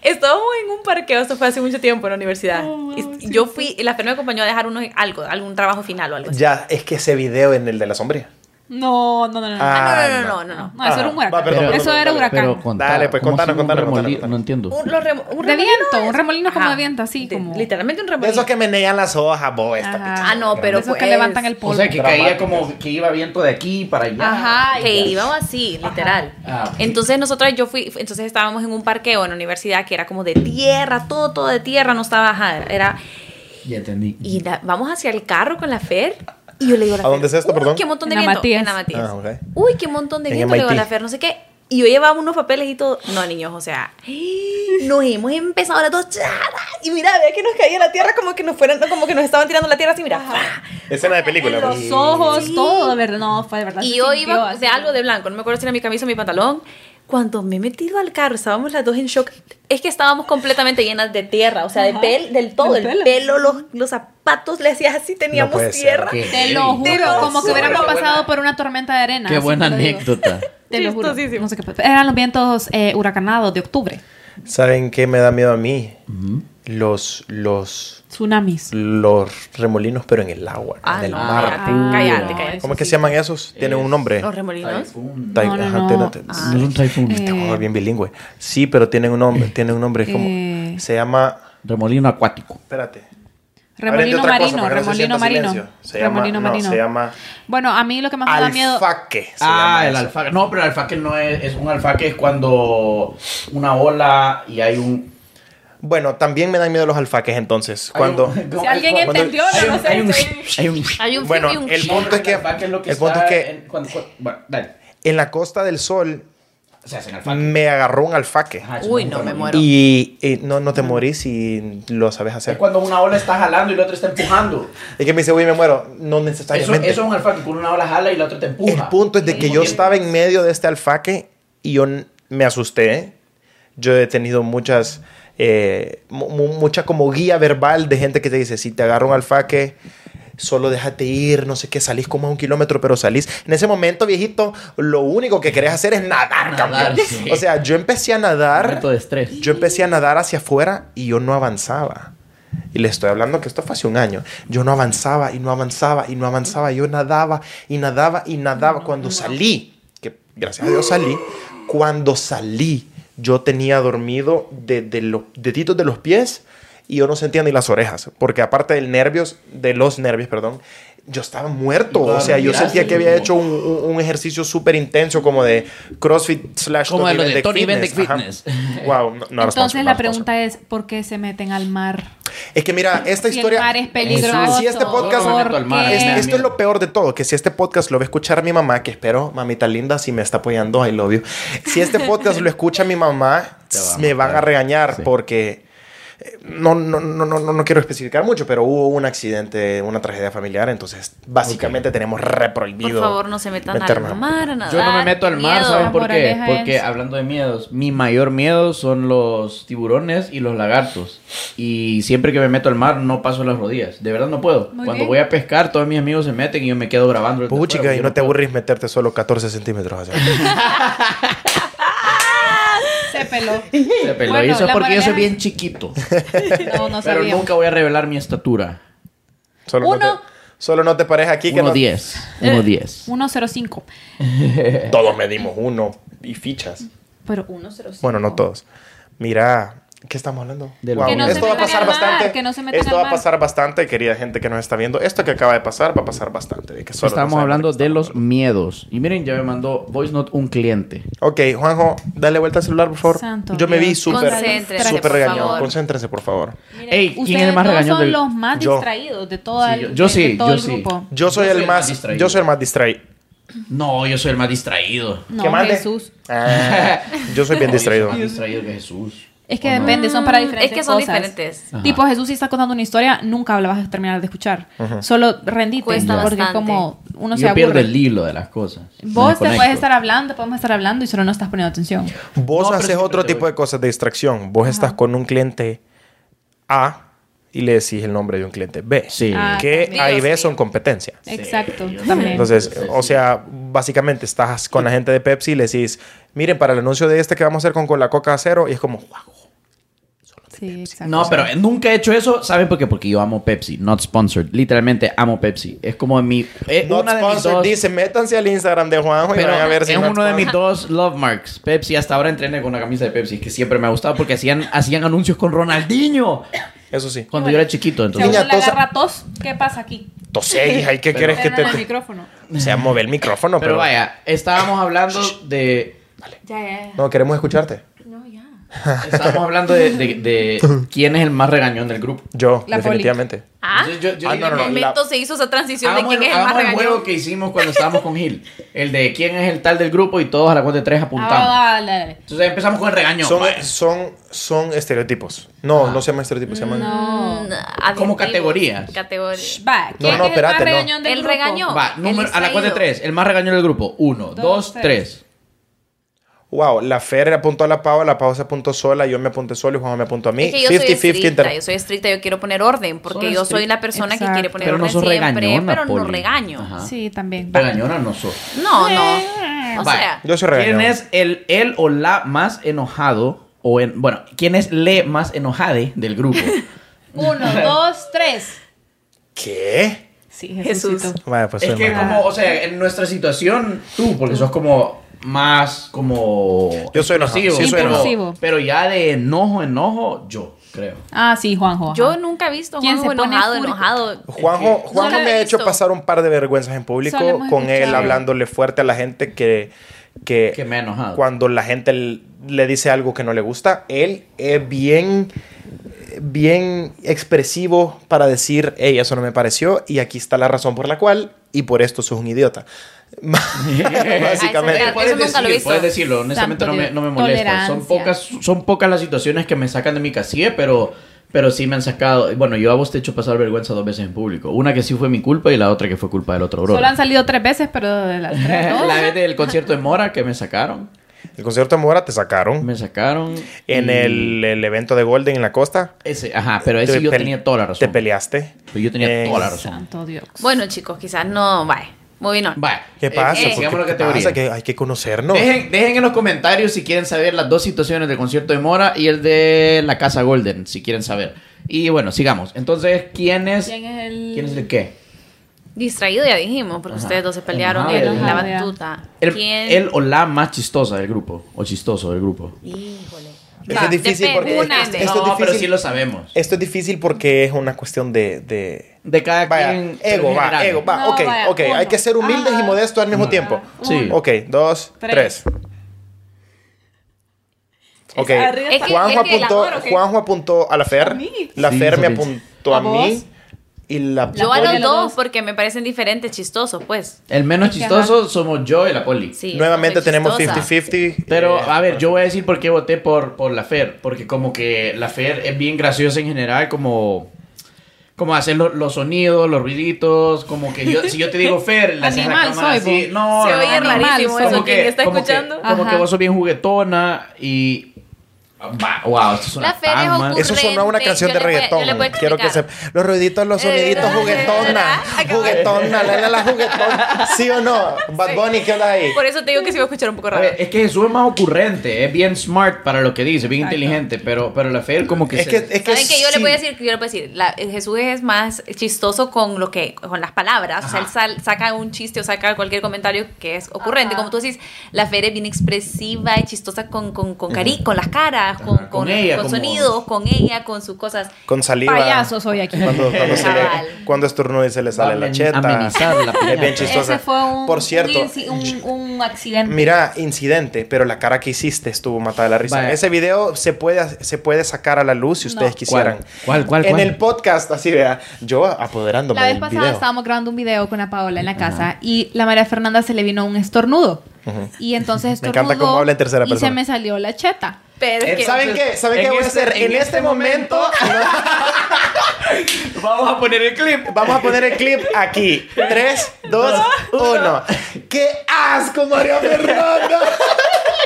C: Estábamos en un parqueo, esto fue hace mucho tiempo en la universidad. Y yo fui, y la Fer me acompañó a dejar unos, algo, algún trabajo final o algo así.
A: Ya, es que ese video en el de la sombría.
D: No, no, no, no.
A: Ah.
C: Ah, no, no, no, no, no.
D: No, eso
A: Ajá.
D: era un huracán.
A: Va, perdón,
D: eso
A: perdón,
D: era
A: dale.
D: huracán.
B: Pero contá-
A: Dale, pues,
B: ¿cómo
A: contanos,
B: así un
A: contanos,
B: remolino?
A: contanos.
B: No entiendo.
C: Un, los remo- un
D: De
C: remolino
D: viento,
C: es-
D: un remolino como
C: Ajá.
D: de viento, así
C: De-
D: como-
C: Literalmente un
A: De
C: remolino.
A: esos que menean las hojas, bo, esta
D: Ajá.
A: picha.
C: Ah, no, pero
D: Esos que
C: pues-
D: levantan el polvo.
B: O sea, que caía
A: Dramático.
B: como que iba viento de aquí para allá.
D: Ajá,
C: que íbamos así, literal.
B: Ah, ok.
C: Entonces nosotras, yo fui, entonces estábamos en un parqueo en la universidad que era como de tierra, todo, todo de tierra, no estaba, ajá, era,
B: Ya entendí.
C: y la- vamos hacia el carro con la Fer, y yo le digo a la
A: ¿A dónde
C: Fer,
A: es esto,
C: "Uy,
A: perdón?
C: qué montón de
D: En la
C: viento,
D: Matías.
C: en la Matías.
A: Ah, ok.
C: Uy, qué montón de
A: En
C: viento, le digo a
A: MIT.
C: la Fer, no sé qué, Y yo llevaba unos papeles y todo. No, niños, o sea, nos hemos empezado las dos. chara, Y mira, ve que nos caía la tierra como que nos fueran, no, como que nos estaban tirando la tierra así, mira. ¡fua!
A: Escena de película. pues.
D: Los ojos, todo, de verdad. No, fue de verdad.
C: Y
D: se
C: yo
D: sintió
C: iba
D: así.
C: de algo de blanco, no me acuerdo si era mi camisa o mi pantalón. Cuando me he metido al carro, estábamos las dos en shock. Es que estábamos completamente llenas de tierra, o sea, de
D: Ajá.
C: pel, del todo,
D: Del
C: el pelo,
D: pelo.
C: los, los zapatos, le hacías así, teníamos
A: puede ser.
C: tierra.
B: Qué,
D: Te lo
B: qué
D: juro, como que hubiéramos pasado por una tormenta de arena. así
B: buena
D: te lo digo.
B: anécdota.
D: Te lo juro.
C: Chistosísimo.
D: No sé qué pasó. Eran los vientos eh, huracanados de octubre.
A: ¿Saben qué me da miedo a mí? Los, los,
D: Tsunamis.
A: los remolinos, pero en el agua,
C: Ah,
A: en el
C: no,
A: mar. este,
C: cállate, cállate,
B: Ah,
C: cállate.
A: ¿Cómo es que se llaman esos? Tienen un nombre.
C: Los remolinos.
B: Typhoon.
A: Tai-
D: No, no,
A: ajá,
D: no.
A: tiene- tiene-
B: No es un typhoon.
D: Eh,
A: Estamos bien bilingüe. Sí, pero tienen un nombre, tienen un nombre es como
D: Eh.
A: se llama,
B: remolino acuático.
A: espérate. Aprende
D: Remolino
A: otra cosa
D: marino,
A: para que no se
D: remolino
A: sienta
D: marino.
A: silencio. Se llama-
D: Remolino
A: no,
D: marino.
A: se llama
D: Bueno, a mí lo que más me da miedo.
A: alfaque. se
B: Ah,
A: llama
B: el
A: eso.
B: alfaque. No, pero el alfaque no es, es un alfaque, es cuando una ola y hay un...
A: Bueno, también me dan miedo los alfaques entonces.
B: hay
A: Cuando
B: un-
D: Si alguien
A: Cuando-
D: entendió,
B: hay
D: no
B: un-
D: sé.
B: hay un- hay un-
C: Hay un
A: Bueno,
C: y un-
A: el punto es que,
B: El alfaque es lo que
A: el punto es
B: está
A: que
B: en- cuando- cu- bueno, dale.
A: en la Costa del Sol
B: Se hacen alfaque.
A: me agarró un alfaque.
B: Ajá, es
C: Uy,
B: un
C: no, me
B: remolino.
C: muero.
A: Y eh, no, no te morís si lo sabes
B: Es
A: hacer.
B: cuando una ola está jalando y la otra está empujando.
A: Es que me dice, uy, me muero. No
B: Eso,
A: necesariamente.
B: eso es un alfaque, con una ola jala y la otra te empuja.
A: El punto es de que yo estaba en medio de este alfaque y yo n- me asusté. Yo he tenido muchas, eh, mu- mu- mucha como guía verbal de gente que te dice, si te agarra un alfaque, solo déjate ir, no sé qué, salís como a un kilómetro, pero salís. En ese momento, viejito, lo único que querés hacer es nadar,
B: Nadar,
A: campeón.
B: sí.
A: O sea, yo empecé a nadar,
B: de estrés.
A: yo empecé a nadar hacia afuera y yo no avanzaba. Y le estoy hablando que esto fue hace un año. Yo no avanzaba y no avanzaba y no avanzaba. Yo nadaba y nadaba y nadaba. cuando salí, que gracias a Dios salí, cuando salí, yo tenía dormido de, de los deditos de los pies y yo no sentía ni las orejas. Porque aparte del nervios, de los nervios, perdón, yo estaba muerto.
B: Y
A: O sea, yo
B: dormiraste
A: sentía que había
B: como-
A: hecho un, un- un ejercicio súper intenso como de CrossFit slash
B: Como
A: Tony
B: lo de
A: Bennett
B: Tony Bennett
A: ajá.
B: Fitness.
A: Wow, no, no
D: Entonces
A: responso,
D: la
A: no responso.
D: pregunta es: ¿por qué se meten al mar?
A: Es que mira, esta
D: Si
A: historia.
D: el mar es peligroso.
B: Jesús,
A: Si este podcast.
B: Yo no me meto
D: ¿por
B: al mar, me da
D: qué?
A: es- esto es
B: miedo.
A: lo peor de todo, que si este podcast lo va a escuchar mi mamá, que espero, mamita linda, si me está apoyando, I love you. Si este podcast lo escucha mi mamá,
B: Te va a
A: me van a
B: matar.
A: regañar
B: Sí.
A: porque eh, no, no, no, no, no, no quiero especificar mucho, pero hubo un accidente, una tragedia familiar, entonces básicamente tenemos
C: Por
A: reprohibido.
C: favor, no se metan
A: meternos.
C: al mar,
B: Yo
C: a
B: no me
D: Ah,
C: nadar,
B: meto al mar,
C: miedo.
B: ¿saben por qué?
D: Moraleja
B: Porque
D: es-
B: hablando de miedos, mi mayor miedo son los tiburones y los lagartos. Y siempre que me meto al mar no paso las rodillas. De verdad no puedo.
D: Muy
B: Cuando
D: bien.
B: voy a pescar, todos mis amigos se meten y yo me quedo grabando. desde
A: Puchica,
B: afuera,
A: y
B: yo
A: no te
B: puedo.
A: aburrís meterte solo 14 centímetros allá.
D: Se peló.
B: Se peló.
D: Bueno,
B: y eso es
D: la
B: porque yo soy
D: moraleja-
B: bien chiquito.
D: No, no
B: pero
D: sabía.
B: nunca voy a revelar mi estatura.
A: Solo, no
C: Uno.
A: te, solo no te pares aquí que no,
B: 1.10. 1.10.
D: 105.
A: todos medimos uno y fichas.
D: Pero 105.
A: Bueno, no todos. Mira, ¿qué estamos hablando?
B: De lo
A: Wow,
B: que no se
A: esto va a
B: metan
A: pasar
D: al mar,
A: bastante.
D: que no se metan
A: esto
D: al
A: va a
D: mar.
A: pasar bastante, querida gente que nos está viendo. Esto que acaba de pasar va a pasar bastante. De que solo
B: Estábamos
A: no sabemos
B: hablando
A: qué
B: de los
A: estamos
B: miedos. Y miren, ya me mandó Voice Note un cliente.
A: hablando. Ok, Juanjo, dale vuelta al celular, por favor.
D: Santo
A: Yo me vi
D: Dios.
A: súper
C: Concéntrense,
A: súper
C: por
A: regañado.
C: favor.
A: Concéntrense, por favor.
B: Ey, ¿quién es el más
D: todos
B: regañón
D: son
B: del-
D: los más
A: Yo.
D: distraídos de todo
B: Sí,
D: el,
B: yo- yo
D: de
B: sí,
D: todo
B: yo
D: el
B: sí.
D: grupo.
A: Yo soy,
B: Yo
A: el, más,
B: distraído.
A: yo soy el más distraído.
B: No, yo soy el más distraído.
D: No,
A: ¿Qué más de-
D: Jesús.
A: Ah, yo soy bien
B: No, yo soy
A: distraído.
B: más distraído que Jesús.
D: Es que
B: ¿O no?
D: depende, son para diferentes
C: es que son
D: cosas.
C: diferentes.
B: Ajá.
D: Tipo, Jesús si está contando una historia, nunca la vas a terminar de escuchar. Solo rendite,
C: Cuesta
D: porque es
C: bastante.
D: como uno se
B: yo pierdo
D: aburre.
B: el hilo de las cosas.
D: Vos te puedes estar
B: a...
D: hablando, podemos estar hablando y solo no estás poniendo atención.
A: Vos
B: No, pero
A: haces
B: siempre
A: otro
B: te
A: tipo
B: voy.
A: de cosas de distracción. Vos estás con un cliente A y le decís el nombre de un cliente B.
B: Sí.
D: Ah,
A: Que
C: Dios
A: A y B
C: mío.
A: son competencia.
D: Exacto,
B: yo
D: también.
B: sé.
A: Entonces,
B: Sí, sí.
A: o sea, básicamente estás con la gente de Pepsi y le decís, miren, para el anuncio de este que vamos a hacer con, con la Coca Cero, y es como, wow.
D: Sí, exacto.
B: No, pero nunca he hecho eso. ¿Saben por qué? Porque yo amo Pepsi, not sponsored. Literalmente amo Pepsi. Es como mi. Es
A: Not
B: una de mis
A: sponsored,
B: dos.
A: dice, métanse al Instagram de Juanjo y
B: pero
A: van a ver
B: es
A: si
B: uno
A: not
B: de mis
A: sponsored".
B: dos love marks. Pepsi, hasta ahora entrené con una camisa de Pepsi, que siempre me ha gustado porque hacían, hacían anuncios con Ronaldinho
A: Eso sí.
B: cuando yo era chiquito.
D: Si a uno
B: Entonces,
A: Niña,
D: le
A: tosa-
D: agarra tos, ¿qué pasa aquí?
A: Tosé, hija, ¿y qué quieres que
D: Pero
A: te,
D: en el
A: te-
D: micrófono.
A: O sea, mueve el micrófono, pero...
B: pero vaya, estábamos hablando de.
D: Ya, ya, ya.
A: No, queremos escucharte.
D: No, ya.
B: Estamos hablando de, de- de quién es el más regañón del grupo.
A: Yo,
D: La
A: definitivamente.
C: ¿Ah?
B: Yo- Ah, yo- yo
A: Ah,
B: diría
A: no, no,
C: ¿En
A: no,
C: qué momento
A: la-
C: se hizo esa transición de
B: Hagamos,
C: quién
B: el,
C: es el más
B: hagamos el juego
C: regañón?
B: que hicimos cuando estábamos con Gil. El de quién es el tal del grupo y todos a la cuenta de tres apuntamos.
D: Ah, dale, dale.
B: Entonces empezamos con el regañón.
A: Son, eh, son, son estereotipos. No, no se llaman estereotipos, se llaman.
D: Ah. No.
C: Mm, adjetivos,
B: Como categorías.
C: Categorías.
D: Va, ¿quién
A: no,
D: es el más
A: espérate, no.
D: regañón del
C: El
D: grupo?
C: regañón.
B: Va,
C: el
B: número, a la cuenta de
C: distraído.
B: tres. El más regañón del grupo. Uno, dos,
D: Dos,
B: tres.
A: Wow, la Fer apuntó a la Pau, la Pau se apuntó sola, yo me apunté solo y Juan me apuntó a mí.
C: Es que yo soy
A: 50-50
C: estricta,
A: entre-
C: yo soy estricta, yo quiero poner orden, porque
B: Soy
C: yo soy
B: estricta.
C: la persona
D: Exacto.
C: que quiere poner
B: Pero no
C: orden
B: sos
C: siempre,
B: regañona,
C: pero no
B: Poli.
C: regaño.
B: Ajá.
D: Sí, también. Va.
B: Regañona no sos.
C: No, no.
D: Eh.
C: O
B: Va.
C: sea,
A: Yo soy regañón.
B: ¿Quién es el, el o la más enojado? O en, bueno, ¿quién es le más enojade del grupo?
D: Uno, dos, tres.
A: ¿Qué?
D: Sí,
C: Jesús.
D: Jesús.
A: Vaya, pues
B: es
A: soy
B: que
A: malo.
B: como, o sea, en nuestra situación, tú, porque sos como más como...
A: Yo soy enojado,
B: explosivo,
A: sí soy
B: pero-
D: enojado.
B: Pero ya de enojo, enojo, yo creo.
D: Ah, sí, Juanjo.
C: yo
D: ajá.
C: nunca he visto a
D: ¿Quién
C: Juanjo
D: se pone
C: enojado,
D: fúrico?
C: enojado.
A: Juanjo,
B: Es
A: Juanjo
B: que-
C: Solo
A: me ha
C: he
A: hecho
C: visto.
A: pasar un par de vergüenzas en público
D: Solo hemos
A: con él
D: escuchado.
A: hablándole fuerte a la gente que, que,
B: Que me ha
C: Ah.
B: enojado.
A: cuando la gente l- le dice algo que no le gusta, él es bien, bien expresivo para decir, hey, eso no me pareció y aquí está la razón por la cual y por esto sos un idiota.
C: Ay,
A: Básicamente.
C: se Eso nunca lo he visto.
B: Puedes decirlo, honestamente no
D: Tanto
B: me, no me molesta. Son pocas,
D: tolerancia.
B: son pocas las situaciones que me sacan de mi casilla, pero, pero sí me han sacado. Bueno, yo a vos te he hecho pasar vergüenza dos veces en público. Una que sí fue mi culpa y la otra que fue culpa del otro bro.
D: Solo han salido tres veces, pero de las tres. ¿no?
B: la vez del concierto de Mora que me sacaron.
A: El concierto de Mora te sacaron.
B: Me sacaron.
A: En
B: y-
A: el, el evento de Golden en la costa.
B: Ese, ajá, pero ese
A: te
B: yo
A: pel-
B: tenía toda la
A: Te
B: razón.
A: peleaste.
B: Yo tenía
A: Eh,
B: toda la razón.
D: Santo Dios.
C: Bueno, chicos, quizás no, vaya. Muy bien.
B: Vaya.
A: ¿Qué pasa?
C: eh,
A: ¿Por qué-
B: sigamos la
A: qué
B: categoría.
A: pasa? Que hay que conocernos.
B: Dejen, dejen en los comentarios si quieren saber las dos situaciones del concierto de Mora y el de la Casa Golden, si quieren saber. Y bueno, sigamos. Entonces, ¿quién es?
D: ¿Quién es el-
B: ¿Quién es el qué?
C: Distraído ya dijimos, porque
B: Ajá.
C: ustedes dos se pelearon
B: Enojado,
C: en la
D: enojado, ya.
C: batuta.
B: El,
C: ¿Quién?
B: el o la más chistosa del grupo. O chistoso del grupo.
C: Híjole.
A: Es que es difícil
C: depende,
A: porque
C: una,
A: esto-
C: de-
A: esto es
B: no, pero
A: difícil.
B: sí lo sabemos.
A: Esto es difícil porque es una cuestión de... de...
B: De cada
A: Vaya,
B: quien. pero
A: ego,
B: en
A: va,
B: general.
A: ego, va.
D: No,
A: ok,
D: vaya,
A: ok. Hay
D: uno.
A: que ser humildes y
D: Ah,
A: modestos al
B: Mm.
A: mismo tiempo.
B: Sí.
A: Ok, dos, tres.
D: Tres.
A: Ok.
D: Es arriba,
C: Es que-
A: Juanjo,
C: es que la
A: apuntó,
C: hora, ok.
A: Juanjo apuntó a la Fer.
D: ¿A mí?
A: La
B: Sí,
A: Fer me
B: Sofía.
A: apuntó a,
D: ¿A
A: mí.
D: vos?
A: Y la...
C: Yo a
D: Poli
C: los
D: de los
C: dos,
D: dos.
C: porque me parecen diferentes, chistosos, pues.
B: El menos
D: Es que,
B: chistoso somos yo y la poli.
C: Sí,
A: Nuevamente
C: yo soy
A: tenemos
C: chistosa.
A: 50-50.
B: Pero,
A: Eh,
B: a ver, yo voy a decir por qué voté por, por la Fer. Porque como que la Fer es bien graciosa en general, como... Como hacer lo- los sonidos, los ruiditos, como que yo, si yo te digo Fer, la haces a la
D: Animal
B: cámara
D: soy,
B: así.
D: vos.
B: No,
C: Se
B: no,
C: oye
B: no,
C: rarísimo
B: como
C: eso,
B: que-
C: quien está
B: como que-
C: escuchando.
B: como que
D: Ajá.
B: vos sos bien juguetona y... Va- Wow, esto suena
C: La Fer es
B: tan mal.
C: ocurrente.
A: Eso sonó a una canción
C: Yo
A: de
C: le voy a-
A: reggaetón.
C: yo le voy a
A: Quiero que se...
C: explicar.
A: Los ruiditos, los
C: Eh,
A: soniditos,
C: ¿verdad?
A: juguetona.
C: Acabo de-
A: Juguetona, la, la, la, juguetona. ¿Sí o no? Bad Bunny, ¿qué onda ahí?
C: Por eso te digo que se va a escuchar un poco
B: A
C: raro.
B: ver, es que Jesús es más ocurrente, es bien smart para lo que dice, bien inteligente, pero, pero la Fer como que...
A: Es
B: se-
A: que, es que
C: Saben que yo le
A: sí.
C: voy a decir, yo le voy a decir, la- el Jesús es más chistoso con lo que, con las palabras. O sea,
B: Ajá.
C: él sal- saca un chiste o saca cualquier comentario que es ocurrente.
D: Ajá.
C: Como tú decís, la Fer es bien expresiva y chistosa con, con, con, cari- con las caras, con,
B: Con
C: con,
B: ella,
C: con
B: como-
C: sonidos, con ella, con sus cosas.
A: Con saliva.
D: Payaso soy aquí.
A: Cuando, cuando, se le,
C: Cabal.
A: cuando estornuda y se le sale la
B: Amen-
A: cheta.
B: amenizar la
A: es bien
B: piñata.
A: chistosa.
D: Ese fue un,
A: Por cierto,
D: un, inci- un- un accidente.
A: mira, incidente, pero la cara que hiciste estuvo matada de la risa.
B: Vaya.
A: Ese video se puede, se puede sacar a la luz si ustedes
D: No.
A: quisieran.
B: ¿Cuál? ¿Cuál? ¿Cuál?
A: En
B: ¿Cuál?
A: el podcast, así vea, yo apoderándome
D: La vez
A: del
D: pasada
A: video.
D: estábamos grabando un video con la Paola en la casa y la María Fernanda se le vino un estornudo. Y entonces
A: Me
D: estornudó
A: encanta cómo habla en tercera
D: y se
A: persona.
D: me salió la cheta.
C: Pero es
B: Eh,
C: que-
A: ¿Saben qué? ¿Saben
B: En
A: qué voy a
B: este-
A: hacer?
B: en
A: En,
B: este
A: este momento...
B: Vamos a poner el clip.
A: Vamos a poner el clip aquí. 3, 2, 1. ¡Qué asco, María Fernanda!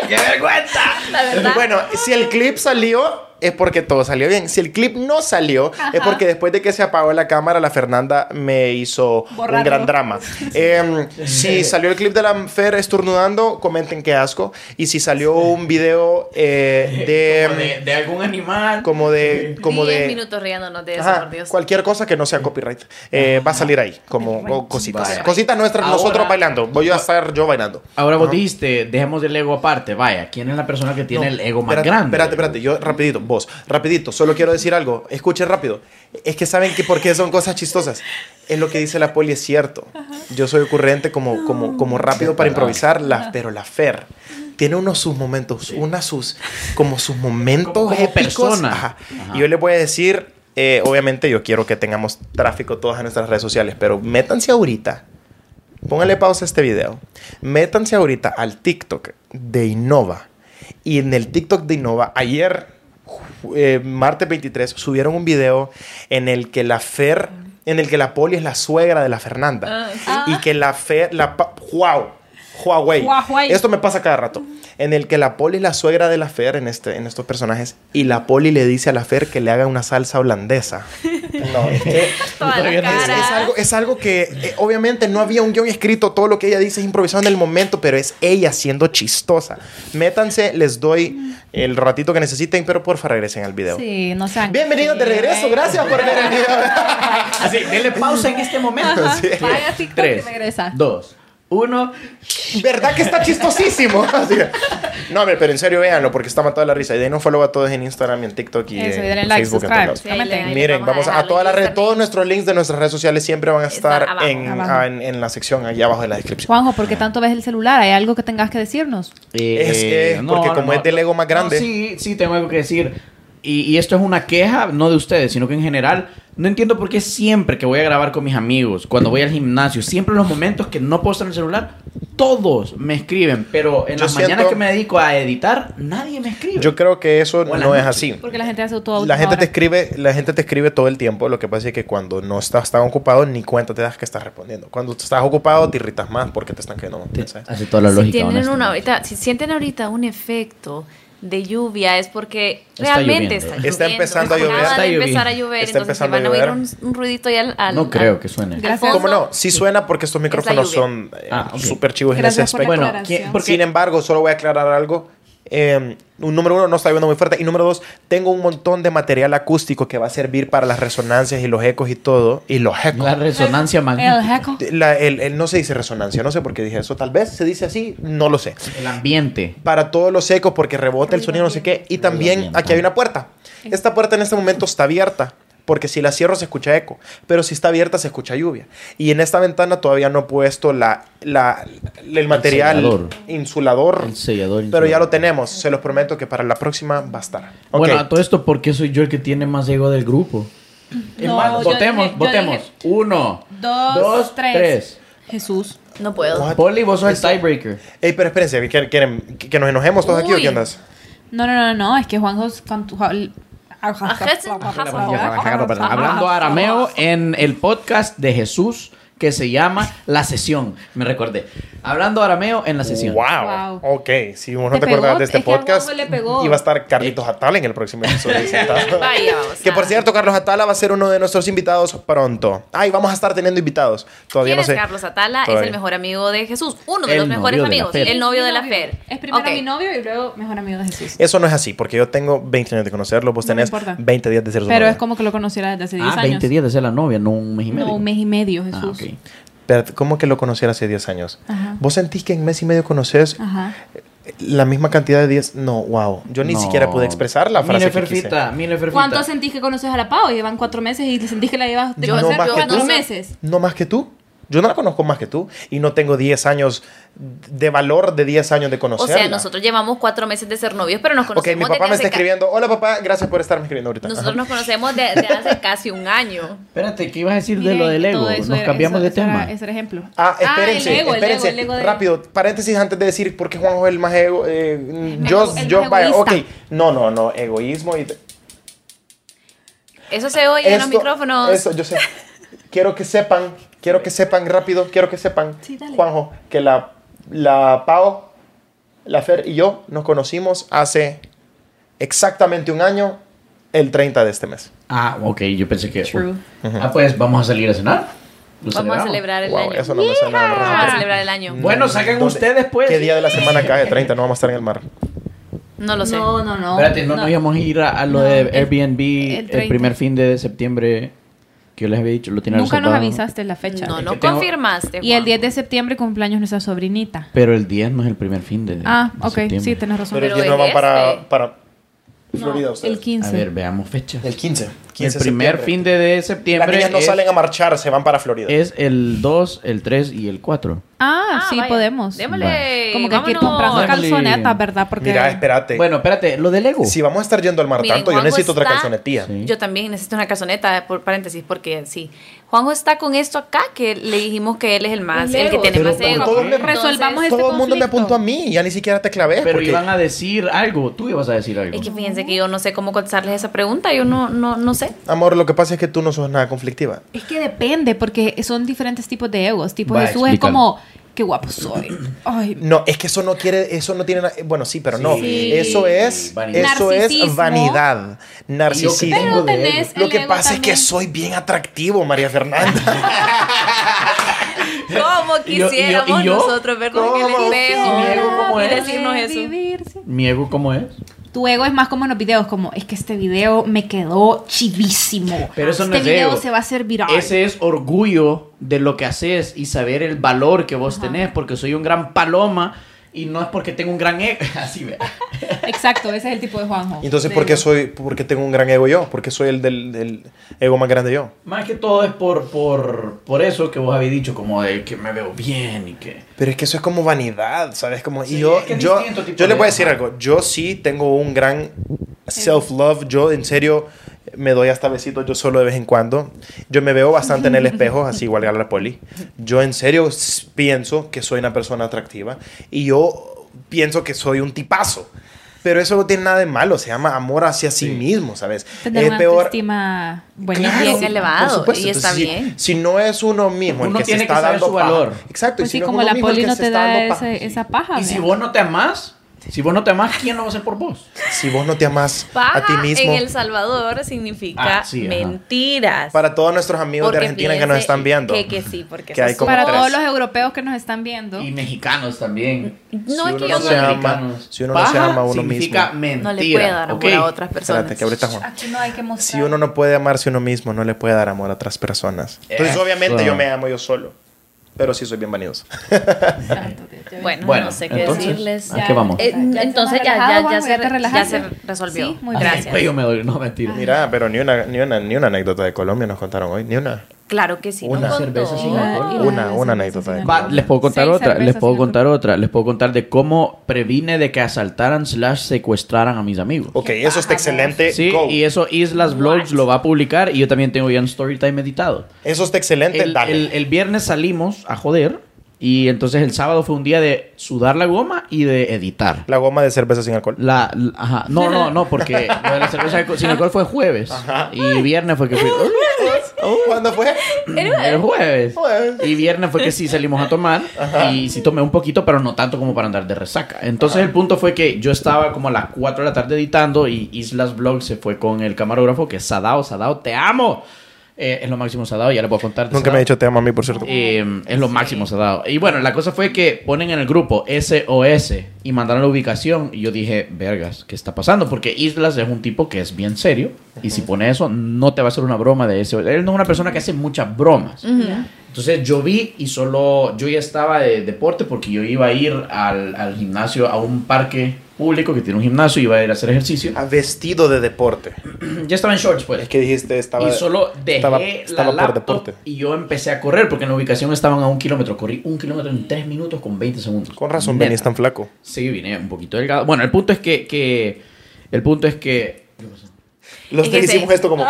B: ¡Qué vergüenza!
C: la verdad.
A: Eh, Bueno, si el clip salió, es porque todo salió bien. Si el clip no salió, es porque después de que se apagó la cámara, la Fernanda me hizo un
D: Borrarlo.
A: gran drama. Em, si salió el clip de la Fer estornudando, comenten qué asco. Y si salió un video eh,
B: Como de,
A: de.
B: de algún animal.
A: Como de. Como
C: 10
A: de
C: minutos riéndonos de eso,
A: Ajá,
C: por Dios.
A: cualquier cosa que no sea copyright eh, va a salir ahí, como o cositas.
B: Vaya.
A: Cositas nuestras,
B: Ahora-
A: nosotros bailando. Voy a estar yo bailando.
B: Ahora vos dijiste, dejemos el ego aparte. Vaya, ¿quién es la persona que tiene
A: No,
B: el ego más
A: espérate,
B: grande?
A: Espérate, espérate, yo rapidito, vos, rapidito, solo quiero decir algo, escuchen rápido. Es que saben que por qué son cosas chistosas. Es lo que dice la poli, es cierto. Yo soy ocurrente como, como, como rápido para improvisar, la, pero la Fer tiene unos sus momentos, unas sus, como sus momentos
B: Como- como
A: épicos.
B: persona.
A: Ajá.
B: Ajá.
A: Y yo les voy a decir, eh, obviamente yo quiero que tengamos tráfico todas en nuestras redes sociales, pero métanse ahorita, pónganle pausa a este video, métanse ahorita al TikTok de Innova. Y en el TikTok de Innova, ayer, ju- eh, martes 23, subieron un video en el que la Fer, en el que la Poli es la suegra de la Fernanda.
C: Ah, sí.
A: Y que la Fer, la... pa- ¡Wow! Huawei.
D: Huawei.
A: Esto me pasa cada rato. En el que la Poli es la suegra de la Fer en, este, en estos personajes. Y la Poli le dice a la Fer que le haga una salsa holandesa. No, es que...
C: Toda la
B: Todavía no
A: Es,
C: cara.
A: es algo, es algo que eh, obviamente no había un guión escrito, todo lo que ella dice es improvisado en el momento, pero es ella siendo chistosa. Métanse, les doy el ratito que necesiten, pero porfa regresen al video.
D: Sí, no sean. eh,
A: Bienvenidos de regreso, gracias por ver el video.
B: Así, denle pausa en este momento.
A: Sí.
D: Vaya TikTok
B: Tres,
D: y regresa.
B: dos, uno.
A: ¿Verdad que está chistosísimo? Así. No, hombre, pero en serio, véanlo, porque está matando la risa. Y denos follow a todos en Instagram y en TikTok y
D: Eso,
A: en
D: y denle like,
A: Facebook. en
D: subscribe.
A: todos lados.
C: Sí, ahí le- ahí le
A: Miren, vamos a,
C: dejarle
A: todas las redes,
C: también.
A: todos nuestros links de nuestras redes sociales siempre van a
C: Están
A: estar
C: abajo.
A: en,
D: Abajo.
A: ah, en- en la sección allá abajo de la descripción.
D: Juanjo, ¿por qué tanto ves el celular? ¿Hay algo que tengas que decirnos?
B: eh,
A: Es que, porque como es del ego más grande.
B: sí, sí, tengo algo que decir. Y, y esto es una queja, no de ustedes, sino que en general, no entiendo por qué siempre que voy a grabar con mis amigos, cuando voy al gimnasio, siempre en los momentos que no puedo estar en el celular, todos me escriben. Pero en
A: Yo
B: las
A: siento-
B: mañanas que me dedico a editar, nadie me escribe.
A: Yo creo que eso
B: Buenas
A: no es
B: noches.
A: así.
D: Porque la gente hace todo
A: La gente te escribe, la gente te escribe todo el tiempo. Lo que pasa es que cuando no estás tan ocupado, ni cuenta te das que estás respondiendo. Cuando estás ocupado, te irritas más porque te están cayendo más mensajes.
B: Hace toda la
C: si
B: lógica.
C: tienen una
B: honestamente.
C: ahorita, si sienten ahorita un efecto de lluvia es porque
B: Está lloviendo.
C: realmente está
A: Está
C: lloviendo.
A: empezando a
C: Acaba
B: llover.
C: de
B: Está
C: empezar a
B: lloviendo.
C: llover,
A: Está
C: entonces se
A: empezando
C: van
A: a
C: a oír un,
A: llover.
C: un ruidito ahí al, al-
B: No
C: al-
B: creo que suene.
C: al fondo.
A: ¿Cómo no? Sí suena porque estos micrófonos
C: lluvia.
A: son eh,
B: Ah, ok.
A: súper chivos en ese
D: Gracias por
A: aspecto.
D: la
B: Bueno,
D: aclaración.
B: ¿quién- por- porque-
A: Sin embargo, solo voy a aclarar algo. Eh, un número uno, no está lloviendo muy fuerte. Y número dos, tengo un montón de material acústico que va a servir para las resonancias y los ecos y todo. Y los ecos.
B: La resonancia
D: El
B: magnética.
D: heco.
A: La- el- el- no se dice resonancia, no sé por qué dije eso. Tal vez se dice así, no lo sé.
B: El ambiente.
A: Para todos los ecos, porque rebota el sonido, no sé qué. Y también
B: ambiental.
A: aquí hay una puerta. Esta puerta en este momento está abierta. Porque si la cierro se escucha eco, pero si está abierta se escucha lluvia. Y en esta ventana todavía no he puesto la, la- el material
B: sellador.
A: insulador,
B: El sellador
A: pero ya
B: insulador.
A: lo tenemos. Se los prometo que para la próxima va a estar. Ok.
B: Bueno, a todo esto, ¿por qué soy yo el que tiene más ego del grupo? Es
D: No,
B: más,
D: yo
B: votemos,
D: dije- yo
B: votemos.
D: dije-
B: Uno,
D: Dos, tres.
B: tres.
D: Jesús.
C: No puedo.
A: What?
B: Poli, vos sos el tiebreaker.
A: Ey, pero espérense, ¿qu- ¿quieren que, que nos enojemos todos aquí o
C: Uy.
A: qué andas?
D: No, no, no, no, es que Juanjo. es con tu- Ah,
B: Hablando arameo en el podcast de Jesús que se llama La Sesión. Me recordé. Hablando arameo en La Sesión.
A: Wow.
D: Wow.
A: Ok, si vos no
D: Te
A: te acordabas
D: pegó,
A: de este
D: es que a
A: podcast,
D: Juanjo le pegó.
A: iba a estar Carlitos Atala en el próximo episodio. sentado.
C: Vaya, vamos,
A: que por
C: nada.
A: cierto, Carlos Atala va a ser uno de nuestros invitados pronto. Ay, vamos a estar teniendo invitados. Todavía
C: ¿Quién
A: no sé.
C: es Carlos Atala? Es
A: Todavía.
C: el mejor amigo de Jesús. Uno de
B: El
C: los mejores
B: novio de la
C: amigos.
B: Fer.
C: El novio de la
D: Mi novio.
C: Fer.
D: Es primero
C: Ok.
D: mi novio y luego mejor amigo de Jesús.
A: Eso no es así, porque yo tengo 20 años de conocerlo, vos
D: No me
A: tenés
D: importa.
A: 20 días de ser su
D: Pero
A: novia.
D: es como que lo conociera desde hace 10
B: Ah,
D: años.
B: 20 días de ser la novia, no un mes y medio.
D: No, un mes y medio, Jesús.
B: Ah, ok.
A: Pero, ¿Cómo que lo conocí hace 10 años?
D: Ajá.
A: ¿Vos sentís que en mes y medio conoces
D: Ajá.
A: la misma cantidad de 10? No, wow. Yo ni
B: No.
A: siquiera pude expresar la frase
B: Mire,
A: que quise.
B: Ferfita, mire, Ferfita.
D: ¿Cuánto sentís que conoces a la Pau? Llevan cuatro meses y sentís que la llevas de
C: Yo-
A: no
D: conocer
A: más que
D: cuatro
A: tú.
D: meses.
A: No más que tú. Yo no la conozco más que tú. Y no tengo 10 años de valor de 10 años de
C: O
A: conocerla.
C: sea, nosotros llevamos cuatro meses de ser novios, pero nos
A: Ok,
C: conocemos
A: mi papá
C: desde
A: me está
C: hace ca-
A: escribiendo. Hola, papá. Gracias por estarme escribiendo ahorita.
C: Nosotros
A: Ajá.
C: nos conocemos de- de hace casi un año.
B: Espérate, ¿qué ibas a decir de
D: Miren,
B: lo del ego?
D: todo eso
B: Nos
D: era-
B: cambiamos
D: eso-
B: de
D: eso era-
B: tema.
D: Ese era ejemplo.
A: Ah, espérense,
D: el ego, el ego,
A: espérense.
D: el ego de-
A: Rápido, paréntesis antes de decir por qué Juanjo es el más ego. eh,
D: más
A: yo,
D: ego- el
A: yo,
D: más
A: vaya, ok.
D: egoísta.
A: No, no, no, egoísmo y.
C: Eso se oye en los
A: Esto-
C: micrófonos.
A: Eso, yo sé. quiero que sepan, quiero que sepan rápido, quiero que sepan,
D: Sí, dale.
A: Juanjo, que la, la Pau, la Fer y yo nos conocimos hace exactamente un año, el 30 de este mes.
B: Ah, ok, yo pensé que.
D: True.
B: Ah, pues vamos a salir a cenar. Lo
C: Vamos a
B: celebramos.
C: celebrar el
A: Wow,
C: año.
A: eso no me suena a
C: Vamos a
A: razón.
C: celebrar el año.
B: Bueno, saquen
A: ¿Dónde-
B: ustedes, pues.
A: ¿Qué día de la semana cae el 30? No vamos a estar en el mar.
C: No lo sé.
D: No, no, no.
B: Espérate, no, nos íbamos a ir a, a lo
D: No,
B: de
D: el-
B: Airbnb
D: el
B: el,
D: 30.
B: primer fin de septiembre que yo les había dicho. Lo tiene
D: Nunca nos
B: reservado.
D: avisaste la fecha.
C: No,
B: Es que
C: no
B: tengo-
C: confirmaste.
D: Y el
C: Juan.
D: 10 de septiembre cumpleaños nuestra sobrinita.
B: Pero el 10 no es el primer fin de.
D: Ah,
B: de
D: ok, sí,
B: septiembre.
D: tenés razón.
A: Pero, el
C: Pero
A: 10 no
C: el
A: van para,
C: este.
A: para Florida ustedes.
D: el 15.
B: A ver, veamos fechas.
A: El 15.
B: El
A: 15 de
B: primer
A: septiembre.
B: fin de, de septiembre.
A: Las niñas no
B: es,
A: salen a marchar, se van para Florida.
B: es el 2, el 3 y el 4.
D: Ah, sí,
C: vaya.
D: podemos.
C: Démosle.
D: Como que hay que ir
C: vámonos.
D: comprando
B: Démosle.
D: calzonetas, ¿verdad? Porque
A: Mira, espérate.
B: Bueno, espérate, lo del ego.
A: si vamos a estar yendo al mar
C: Miren,
A: tanto, yo
C: Juanjo
A: necesito otra
C: está-
A: calzonetilla.
B: Sí.
C: Yo también necesito una calzoneta, por paréntesis, porque sí. Juanjo está con esto acá, que le dijimos que él es el más,
D: Un
C: el que
D: Lego.
C: tiene
A: Pero
C: más
A: con
C: ego.
A: todo el-
C: Entonces,
D: Resolvamos este
A: Todo el mundo me
D: conflicto.
A: apuntó a mí, ya ni siquiera te clavé.
B: pero
A: porque
B: iban a decir algo, tú ibas a decir algo.
C: Es que fíjense que yo no sé cómo contestarles esa pregunta, yo no, no, no sé.
A: Amor, lo que pasa es que tú no sos nada conflictiva.
D: Es que depende, porque son diferentes tipos de egos. Tipo
B: Va,
D: Jesús es
B: explícalo.
D: como, qué guapo soy. Ay,
A: No, es que eso no quiere, eso no tiene nada. Bueno, sí, pero no.
B: Sí.
A: Eso es,
B: Vanidad.
A: eso es
D: Narcisismo.
A: vanidad, narcisismo.
B: Pero de
D: tenés
A: Lo
D: el
A: que
D: ego
A: pasa
D: también.
A: es que soy bien atractivo, María Fernanda.
C: ¿Cómo
B: Y yo- y yo- y
C: quisiéramos
B: yo?
C: nosotros vernos en el
A: ¿Cómo
C: espejo
B: quisiera ¿cómo
C: y
B: es?
C: decirnos eso?
D: Vivir sin-
B: ¿Mi ego cómo es?
D: Tu ego es más como en los videos, como es que este video me quedó chivísimo.
B: Pero eso
D: este
B: no es
D: video
B: ego.
D: se va a hacer viral.
B: Ese es orgullo de lo que haces y saber el valor que vos tenés, porque soy un gran paloma y no es porque tengo un gran ego. Así ve.
D: Exacto, ese es el tipo de Juanjo.
A: Entonces,
D: De
A: ¿por qué
D: ego.
A: soy, porque tengo un gran ego yo? Porque soy el del, del ego más grande yo.
B: Más que todo es por, por, por eso que vos habéis dicho, como de que me veo bien y que...
A: Pero es que eso es como vanidad, ¿sabes? Como, y
B: Sí,
A: yo,
B: es que es
A: yo,
B: distinto tipo
A: yo le
B: de-
A: voy a decir
B: ajá.
A: algo. Yo sí tengo un gran self-love. Yo, en serio, me doy hasta besitos yo solo de vez en cuando. Yo me veo bastante en el espejo, así igual que a la poli. Yo, en serio, s- pienso que soy una persona atractiva. Y yo pienso que soy un tipazo. Pero eso no tiene nada de malo. Se llama amor hacia sí,
B: Sí.
A: mismo, ¿sabes?
D: Tener
A: es
D: una
A: peor...
D: autoestima buena.
C: Claro. bien elevado,
A: por supuesto.
C: y está
A: Entonces, si-
C: bien.
A: Si, no es uno mismo
B: Uno
A: el que
B: tiene
A: se está
B: que saber
A: dando
B: su
A: paja.
B: valor.
A: Exacto. y
D: Pues
A: si
D: sí,
A: no es
D: como
A: uno
D: la
A: mismo el
D: poli
A: que
D: no
A: se
D: te
A: está
D: da
A: dando paja.
D: ese- esa
C: Ah,
D: paja.
B: y si
D: vea.
B: vos no te amás, si vos no te amás, ¿quién lo va a hacer por vos?
A: Si vos no te amas
C: Paja
A: a ti mismo,
C: en El Salvador significa
B: Ah, sí, ajá.
C: mentiras.
A: para todos nuestros amigos
C: Porque
A: de Argentina que nos
C: fíjense
A: están viendo,
C: Que, que sí,
A: que
C: porque eso
A: hay
C: es
A: como
D: Para
A: tres.
D: todos los europeos que nos están viendo.
B: Y mexicanos también.
C: No
A: Si
C: es
A: uno
C: que
A: no
C: yo
A: se
C: no,
A: ama, si uno no se ama a uno
B: significa Mentira,
C: no le pueda dar amor
B: ¿ok?
C: a otras personas.
A: espérate, que ahorita Juan.
D: Aquí Ah, no hay que mostrar.
A: Si uno no puede amarse a uno mismo, no le puede dar amor a otras personas. Entonces,
B: Eso.
A: obviamente, yo me amo yo solo. Pero sí soy bien vanidoso.
C: Bueno,
B: Bueno,
C: no sé qué
B: entonces,
C: decirles.
D: ah.
B: ¿a qué vamos?
C: Eh, entonces ya, ya, ya, se, re- ya
D: relajaste.
C: se resolvió.
D: Sí, muy bien.
C: Gracias.
B: Después yo me doy, no mentira.
A: Mira, pero ni una, ni, una, ni una anécdota de Colombia nos contaron hoy. Ni una.
C: Claro que sí.
A: Una
C: nos
B: cerveza
C: contó.
B: sin alcohol.
D: Y la
A: Una,
D: cerveza
A: una anécdota de
D: sin
B: Va,
A: Colombia.
B: les puedo contar
D: Seis
B: otra, les
D: cervezas,
B: puedo
D: señor.
B: contar otra, les puedo contar de cómo previne de que asaltaran slash secuestraran a mis amigos.
A: Ok, eso está excelente.
B: Sí,
A: Go.
B: y eso Islas Vlogs lo va a publicar y yo también tengo ya un story time editado.
A: Eso está excelente.
B: El,
A: Dale.
B: el- el viernes salimos a joder y entonces el sábado fue un día de sudar la goma y de editar.
A: La goma de cerveza sin alcohol.
B: La, la- ajá. No, no, no, porque lo de la cerveza alco- sin alcohol fue jueves. Y viernes fue que fui.
A: ¿Cuándo fue?
B: El jueves.
A: Jueves.
B: Y viernes fue que sí salimos a tomar. Y sí tomé un poquito, pero no tanto como para andar de resaca. Entonces el punto fue que yo estaba como a las 4 de la tarde editando y Islas Vlog se fue con el camarógrafo que es Sadao, Sadao, te amo. Eh, es lo máximo Sadao, ya le puedo contar. de
A: Nunca me
B: Sadao.
A: ha dicho te amo a mí, por cierto.
B: Eh, es lo máximo Sadao. Y bueno, la cosa fue que ponen en el grupo SOS y mandaron la ubicación. Y yo dije, vergas, ¿qué está pasando? Porque Islas es un tipo que es bien serio. Y si pone eso, no te va a hacer una broma de SOS. Él no es una persona que hace muchas bromas. Entonces yo vi y solo yo ya estaba de deporte porque yo iba a ir al, al gimnasio, a un parque público que tiene un gimnasio, iba a ir a hacer ejercicio.
A: Ah, Vestido de deporte.
B: Ya estaba en shorts, pues
A: Es que dijiste estaba.
B: y solo dejé
A: estaba,
B: la
A: estaba por
B: laptop
A: deporte.
B: y yo empecé a correr porque en la ubicación estaban a un kilómetro. Corrí un kilómetro en tres minutos con 20 segundos.
A: Con razón,
B: Neta.
A: venís tan flaco.
B: Sí, vine un poquito delgado. Bueno, el punto es que... que- el punto es que...
A: Los
C: Es
A: tres
C: que sí.
A: hicimos esto como.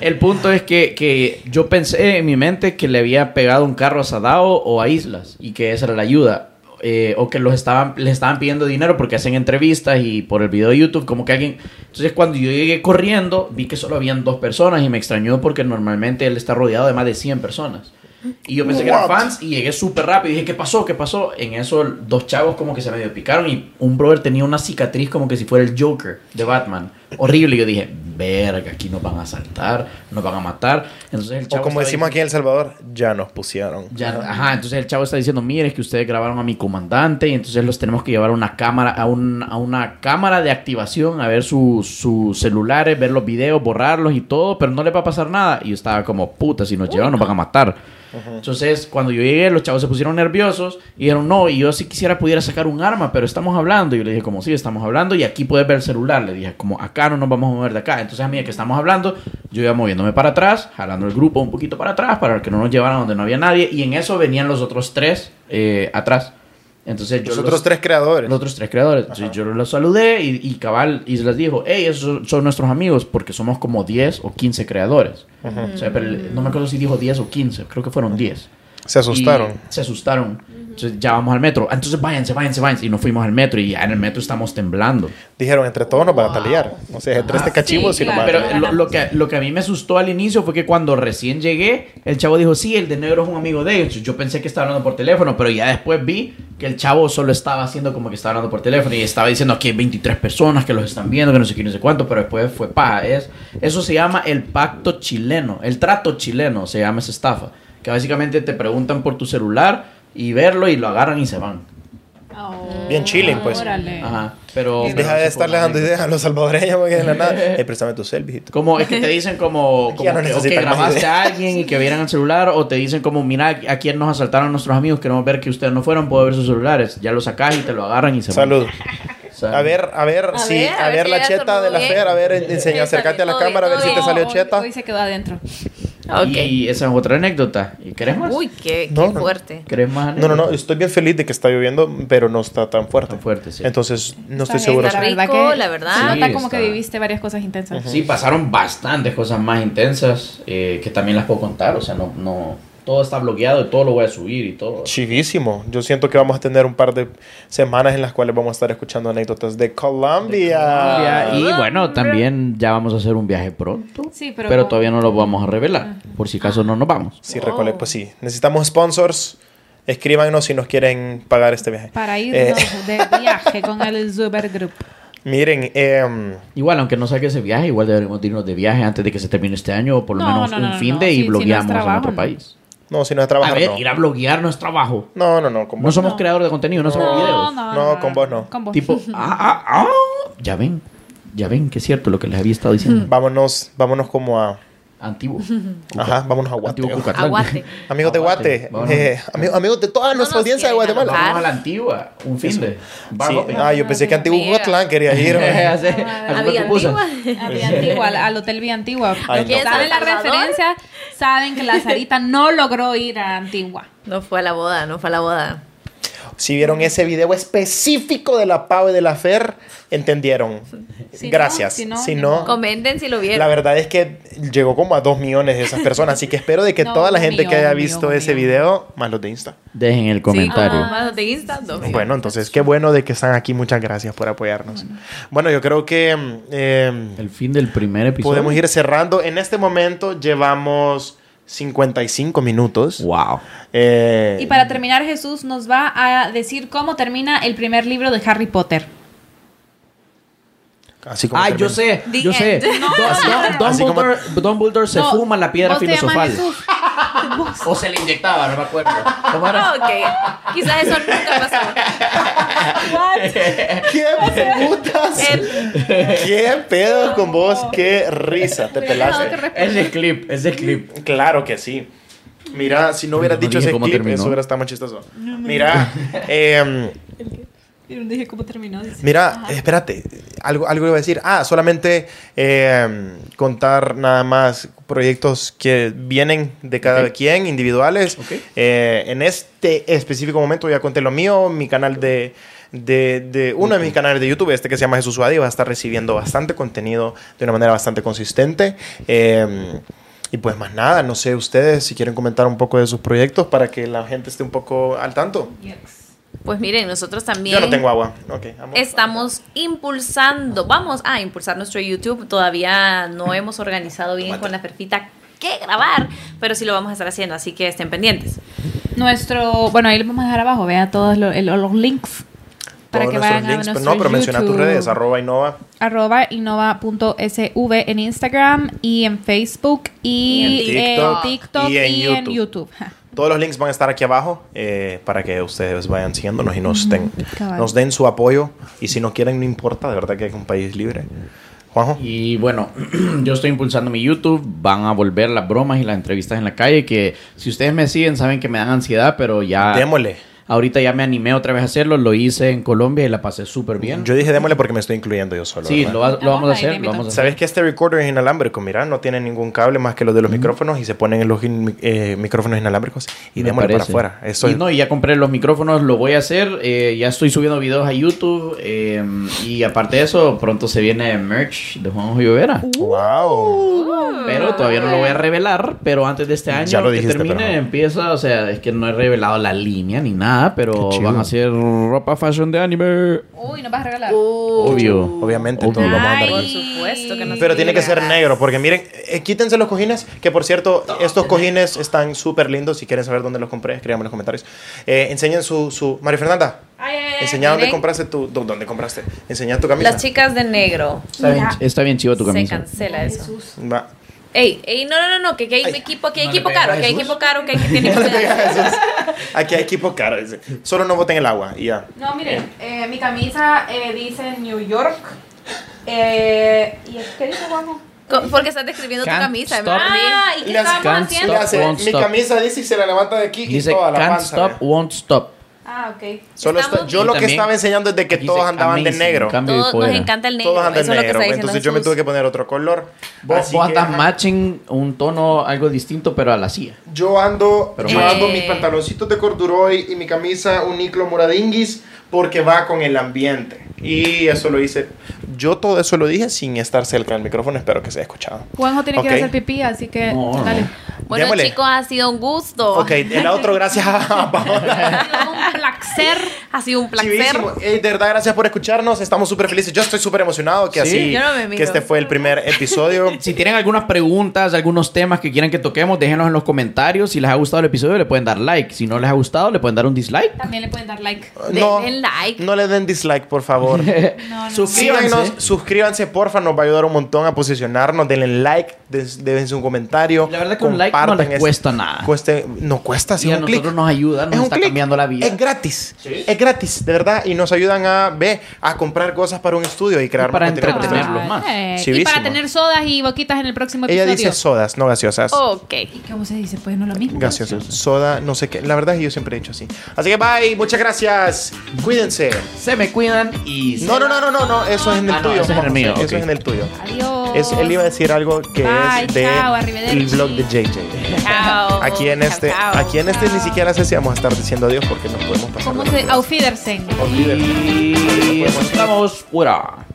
B: El punto es que, que yo pensé en mi mente que le había pegado un carro a Sadao o a Islas y que esa era la ayuda. Eh, o que los estaban, les estaban pidiendo dinero porque hacen entrevistas y por el video de YouTube, como que alguien... Entonces cuando yo llegué corriendo, vi que solo habían dos personas y me extrañó porque normalmente él está rodeado de más de 100 personas. Y yo pensé que eran
A: What?
B: fans y llegué súper rápido y dije, ¿qué pasó? ¿Qué pasó? En eso dos chavos como que se medio picaron y un brother tenía una cicatriz como que si fuera el Joker de Batman. Horrible. Y yo dije, verga, aquí nos van a asaltar, nos van a matar. Entonces el
A: O
B: chavo...
A: como decimos
B: estaba diciendo-
A: aquí en El Salvador, ya nos pusieron.
B: ya, ajá, entonces el chavo está diciendo, mire, es que ustedes grabaron a mi comandante y entonces los tenemos que llevar a una cámara, a, un- a una cámara de activación, a ver sus sus celulares, ver los videos, borrarlos y todo, pero no les va a pasar nada. Y yo estaba como, puta, si nos llevan nos van a matar. Entonces, cuando yo llegué, los chavos se pusieron nerviosos y dijeron, no, y yo si quisiera pudiera sacar un arma, pero estamos hablando. Y yo le dije, como, sí, estamos hablando y aquí puedes ver el celular. Le dije, como, acá no nos vamos a mover de acá. Entonces, a medida que estamos hablando, yo iba moviéndome para atrás, jalando el grupo un poquito para atrás para que no nos llevaran donde no había nadie. Y en eso venían los otros tres eh, atrás. Entonces, yo
A: Los otros tres creadores.
B: los otros tres creadores. Entonces yo los saludé y, y cabal y les dijo, hey, esos son nuestros amigos porque somos como 10 o 15 creadores. O sea, pero el- no me acuerdo si dijo 10 o 15, creo que fueron 10.
A: Se asustaron.
B: Y se asustaron. Entonces ya vamos al metro. Ah, Entonces váyanse, váyanse, váyanse. Y nos fuimos al metro y ya en el metro estamos temblando.
A: Dijeron, entre todos nos van a taliar. O sea, entre este cachivo,
C: sí,
A: si no
C: claro.
A: más.
B: Pero lo, lo que, lo que a mí me asustó al inicio fue que cuando recién llegué, el chavo dijo, sí, el de negro es un amigo de ellos. Yo pensé que estaba hablando por teléfono, pero ya después vi que el chavo solo estaba haciendo como que estaba hablando por teléfono y estaba diciendo aquí hay 23 personas que los están viendo, que no sé qué, no sé cuánto, pero después fue paja. Es, eso se llama el pacto chileno, el trato chileno se llama esa estafa, que básicamente te preguntan por tu celular y verlo y lo agarran y se van.
D: Oh,
A: Bien chilling, pues.
D: órale.
B: Ajá, pero... pero
A: Deja de
B: sí fue
A: estarle
B: una
A: dando ideas a los salvadoreños porque de la nada. Eh, préstame tu selfie. hijito.
B: Como es que te dicen como, como
A: Ya no
B: que,
A: necesitan
B: ok,
A: más
B: grabaste
A: ideas.
B: a alguien y que vieran el celular, o te dicen como, mira, a quién nos asaltaron nuestros amigos, queremos ver que ustedes no fueron, puedo ver sus celulares. Ya lo sacás y te lo agarran y se van.
A: Salud.
B: Salud.
A: A ver, a ver,
C: A
A: si,
C: ver,
A: a ver
C: si
A: la
C: ya
A: cheta de la
C: estornudé.
A: fer, a ver, enseña,
C: Ahí sale
A: acércate a la
C: todo
A: cámara a ver
C: bien,
A: si te
C: todo
A: salió
D: hoy-
A: cheta.
D: Hoy se quedó adentro.
C: Ok.
B: Y esa es otra anécdota. ¿Y querés más?
C: Uy, qué,
A: No,
C: qué
A: no.
C: fuerte.
B: ¿Querés más?
A: No, no, no,
B: anécdotas?
A: estoy bien feliz de que está lloviendo, pero no está tan fuerte.
B: Tan fuerte, sí.
A: Entonces, no estoy
D: Está bien,
A: seguro.
C: está
A: si-
C: bien. Rico, la verdad.
D: Se nota
B: Sí,
D: como que
B: está.
D: viviste varias cosas intensas.
B: Sí, pasaron bastantes cosas más intensas eh, que también las puedo contar. O sea, no, no, todo está bloqueado y todo lo voy a subir y todo.
A: Chivísimo. Yo siento que vamos a tener un par de semanas en las cuales vamos a estar escuchando anécdotas de Colombia.
B: Ya, Y bueno, también ya vamos a hacer un viaje pronto.
D: Sí, pero
B: pero
D: como-
B: todavía no lo vamos a revelar. Por si acaso no nos vamos.
A: Sí,
C: Wow.
A: recole- pues sí. Necesitamos sponsors. Escríbanos si nos quieren pagar este viaje.
D: Para
A: Eh,
D: irnos de viaje con el supergroup.
A: miren, em,
B: Igual, aunque no salga ese viaje, igual deberíamos de irnos de viaje antes de que se termine este año o por lo
D: No,
B: menos
D: no,
B: un
D: no,
B: fin
D: no.
B: de
D: Sí,
B: y
D: sí, no es
B: blogueamos en
D: trabajo,
B: otro
D: no.
B: país.
A: no, si no es
B: A
A: trabajar,
B: ver,
A: no.
B: ir a bloguear no es trabajo.
A: No, no, no. con
B: No
A: vos
B: somos creadores de contenido, no, somos videos.
A: No, con vos no.
D: Con vos.
B: Tipo, ah, ah, ah. Ya ven, ya ven que es cierto lo que les había estado diciendo.
A: Vámonos, vámonos como a...
B: Antiguo.
A: Ajá, vámonos a Guate.
B: Antiguo Cucatlán.
C: Aguate.
A: Amigos de Guate,
B: Vámonos.
A: eh, ami- amigos de toda nuestra
C: nos
A: audiencia de
C: quieren
A: Guatemala.
C: alojar.
B: Vamos a la antigua, un fin de. Bar
A: Sí.
B: hopping.
A: Ah, yo pensé que Antiguo
C: Mira.
A: Cucatlán quería ir.
B: Ya sé, ¿a comer
C: Había
B: pupusas?
C: antigua.
D: A Vía Ah, Antigua, al, al Hotel Vía Antigua.
A: Ay,
D: Porque
A: no.
C: ¿Quién
D: saben la
C: es El Salvador?
D: referencia, saben que la Sarita no logró ir a Antigua.
C: No fue a la boda, no fue a la boda.
A: Si vieron ese video específico de la Pau y de la Fer, entendieron.
D: Si no,
A: Gracias.
D: si no,
A: Si
D: ni
A: no,
D: modo.
C: Comenten si lo vieron.
A: la verdad es que llegó como a dos millones de esas personas. Así que espero de que
D: No,
A: toda la
D: un
A: gente que
D: millón,
A: haya
D: un
A: visto
D: millón, un
A: ese
D: millón.
A: video, más los de Insta.
B: Dejen el comentario.
C: Ah, más no te instas, no.
A: Bueno, entonces qué bueno de que están aquí. Muchas gracias por apoyarnos. Bueno, yo creo que mm, eh,
B: El fin del primer episodio.
A: podemos ir cerrando. En este momento llevamos 55 minutos.
B: Wow.
A: Eh,
D: Y para terminar, Jesús nos va a decir cómo termina el primer libro de Harry Potter.
A: así como
B: Ah, yo
A: termina.
B: sé,
C: The
B: yo sé.
C: end.
B: Do- do-
A: Así como-
B: Dumbledore, Dumbledore se
D: No,
B: fuma la piedra
D: vos te
B: filosofal.
D: llamas Jesús.
B: O se le inyectaba, no me acuerdo. ¿Cómo
C: Ah,
B: era?
C: ok. Quizás eso nunca pasó.
A: ¿Qué putas?
C: El-
A: ¿Qué pedo con vos? ¡Qué risa! Te
D: Cuidado,
A: pelaste.
D: que
B: Ese clip, ese clip.
A: Claro que sí. Mira, si no hubieras
B: No
A: dicho
B: dije
A: ese
B: cómo
A: clip,
B: terminó.
A: eso hubiera estado más chistoso. Mira, em,
D: Y no dije cómo terminó. dice.
A: mira,
D: Ajá.
A: espérate, algo, algo iba a decir. Ah, solamente em, contar nada más proyectos que vienen de cada
B: Ok.
A: quien, individuales.
B: Ok.
A: Eh, en este específico momento ya conté lo mío, mi canal de... De, de uno de mis canales de YouTube, este que se llama Jesús Suárez, va a estar recibiendo bastante contenido de una manera bastante consistente. Eh, y pues más nada, no sé ustedes si quieren comentar un poco de sus proyectos para que la gente esté un poco al tanto.
C: Pues miren, nosotros también.
A: Yo no tengo agua. Ok, vamos.
C: Estamos impulsando, vamos a impulsar nuestro YouTube. Todavía no hemos organizado bien con la perfita qué grabar, pero sí lo vamos a estar haciendo, así que estén pendientes.
D: Nuestro, bueno, ahí lo vamos a dejar abajo, vean todos lo- el- los links para
A: Todos
D: que
A: nuestros
D: vayan
A: links, pero
D: a nuestro
A: no, pero menciona tus
D: YouTube.
A: redes, arroba innova.
D: arroba innova.sv en Instagram y en Facebook y,
A: Y en
D: en
A: TikTok.
D: TikTok,
A: Y
D: y,
A: en
D: en,
A: YouTube.
D: YouTube. Ja.
A: Todos los links van a estar aquí abajo eh, para que ustedes vayan siguiéndonos y nos den,
D: cabal.
A: nos den su apoyo. Y si no quieren, no importa, de verdad que es un país libre. Juanjo.
B: Y bueno, yo estoy impulsando mi YouTube. Van a volver las bromas y las entrevistas en la calle. Que si ustedes me siguen, saben que me dan ansiedad, pero ya.
A: Démosle.
B: Ahorita ya me animé otra vez a hacerlo. Lo hice en Colombia y la pasé súper bien.
A: Yo dije démosle porque me estoy incluyendo yo solo.
B: sí,
A: ¿verdad?
B: lo, va- lo vamos a hacer. Lo vamos a hacer.
A: Sabes que este recorder es inalámbrico, mira, no tiene ningún cable más que los de los micrófonos y se ponen en los in- eh, micrófonos inalámbricos y
B: Me
A: démosle para
B: parece.
A: afuera. Eso
B: y
A: es-
B: no, y ya compré los micrófonos, lo voy a hacer. eh, ya estoy subiendo videos a YouTube. eh, y aparte de eso, pronto se viene merch de Juanjo Llobera.
C: Uh.
A: Wow.
B: Pero todavía no lo voy a revelar. Pero antes de este año
A: Ya lo dijiste,
B: que termine,
A: pero no.
B: empieza. O sea, es que no he revelado la línea ni nada. Pero
A: Qué chido.
B: van a ser ropa fashion de anime.
D: Uy, nos vas a regalar.
C: Uh.
B: Obvio.
A: Obviamente
B: Obvio.
A: todo lo vamos a
C: Ay,
A: andar-
C: por supuesto que no
A: Pero
C: se
A: tiene que ser
C: regalar.
A: negro, porque miren, eh, quítense los cojines, que por cierto, estos cojines están súper lindos. Si quieren saber dónde los compré, escríbanme en los comentarios. Eh, enseñen su, su... María Fernanda,
D: Ay, ay, ay,
A: enseñá dónde
C: miren.
A: compraste tu... dó- ¿Dónde compraste? Enseñá tu camisa.
C: Eh, Las chicas de negro.
B: Está bien,
D: Mira.
B: está bien chido tu
C: Se
B: camisa.
C: cancela eso.
A: Va.
C: Ey, ey, no, no, no, no, que, que hay
A: Ay,
C: equipo, que hay
B: no le
C: equipo
B: pegas a
C: caro, que hay
B: Jesús.
C: equipo caro, que hay que tiene
A: Aquí hay equipo caro. dice. Solo no boten el agua y ya.
D: No, miren, eh, mi camisa eh, dice New York. Eh, ¿Y qué dice Juanjo?
C: Co- Porque estás describiendo tu
B: Can't
C: camisa.
B: stop
C: ¿verdad?
B: me.
C: Ah, ¿y qué
A: Le hace-
C: estábamos
B: can't
C: haciendo?
A: Le
B: Stop,
A: hace,
B: won't
A: mi
B: stop.
A: camisa dice y se la levanta de aquí
B: Dice
A: y toda la
B: can't
A: panza.
B: stop,
A: ¿ve?
B: won't stop.
D: Ah, ok.
A: Solo
C: Estamos
A: esto- yo
B: Y
A: lo que
B: también
A: estaba enseñando es de que
B: aquí
A: todos
B: dice
A: andaban de
B: amazing,
A: negro.
B: cambio de
C: Todos nos
B: fuera.
C: encanta el negro.
A: Todos andan
C: eso es lo que
A: negro.
C: está diciendo
A: Entonces yo me
C: Jesús.
A: tuve que poner otro color.
B: Vos,
A: Así
B: vos
A: que,
B: estás
A: ajá,
B: matching un tono algo distinto, pero a la silla.
A: Yo ando,
B: Pero
A: yo
C: mal.
A: ando
C: Eh.
A: mis pantaloncitos de corduroy y mi camisa uniclo moradinguis porque va con el ambiente. Y eso lo hice. Yo todo eso lo dije sin estar cerca del micrófono. Espero que se haya escuchado.
D: Juanjo tiene que
A: Ok.
D: ir a hacer pipí, así que
B: No, no.
D: dale.
C: Bueno,
A: Démosle.
C: chicos, ha sido un gusto.
A: Ok, el otro, gracias a Paola.
D: Un placer.
C: Ha sido un placer.
A: Chivísimo. Ey, de verdad, gracias por escucharnos. Estamos súper felices. Yo estoy súper emocionado que
B: Sí.
A: así
C: Yo no me miro.
A: que este fue el primer episodio.
B: Si tienen algunas preguntas, algunos temas que quieran que toquemos, déjenos en los comentarios. Si les ha gustado el episodio, le pueden dar like. Si no les ha gustado, le pueden dar un dislike.
D: También le pueden dar like.
C: Denle like.
A: No le den dislike, por favor.
D: No, no, no.
B: Suscríbanse.
A: Síganos, suscríbanse, porfa, nos va a ayudar un montón a posicionarnos. Denle like, des- déjense un comentario.
B: La verdad que un like no
A: compartan este
B: les cuesta nada.
A: Cueste, no cuesta, sí,
B: Y a
A: un clic.
B: nosotros nos ayuda, nos
A: Es un
B: está
A: clic.
B: cambiando la vida.
A: Es gratis. Es gratis, de verdad. Y nos ayudan a, ve, a comprar cosas para un estudio y crear
B: Y para
A: más contenido ustedes.
B: entretenerlo. entretenerlos más.
D: Eh, y
A: Chivísimo.
D: para tener sodas y boquitas en el próximo
A: Ella
D: episodio.
A: dice sodas, no gaseosas.
B: Oh.
C: Ok.
D: ¿Y cómo se dice? Pues no lo mismo.
A: Gaseosas. Soda, no sé qué. La verdad es que yo siempre he dicho así. Así que bye, muchas gracias. Cuídense.
B: Se me cuidan y... se
A: No, no, no, no, no, no, eso es en el
B: Ah, no,
A: tuyo.
B: eso es en el mío,
A: Eso
B: ok.
A: es en el tuyo.
D: Adiós.
A: Es- él iba a decir algo que
D: Bye,
A: es de
D: chao,
A: el
D: arrivederci. Oh,
A: blog de JJ.
C: Chao.
A: Aquí en este,
C: Chao, chao.
A: aquí en este ni siquiera sé si vamos a estar diciendo adiós porque no podemos pasar.
D: ¿Cómo
A: de
D: se
A: los días.
D: Auf Wiedersehen.
A: Auf Wiedersehen.
B: Y... Estamos fuera.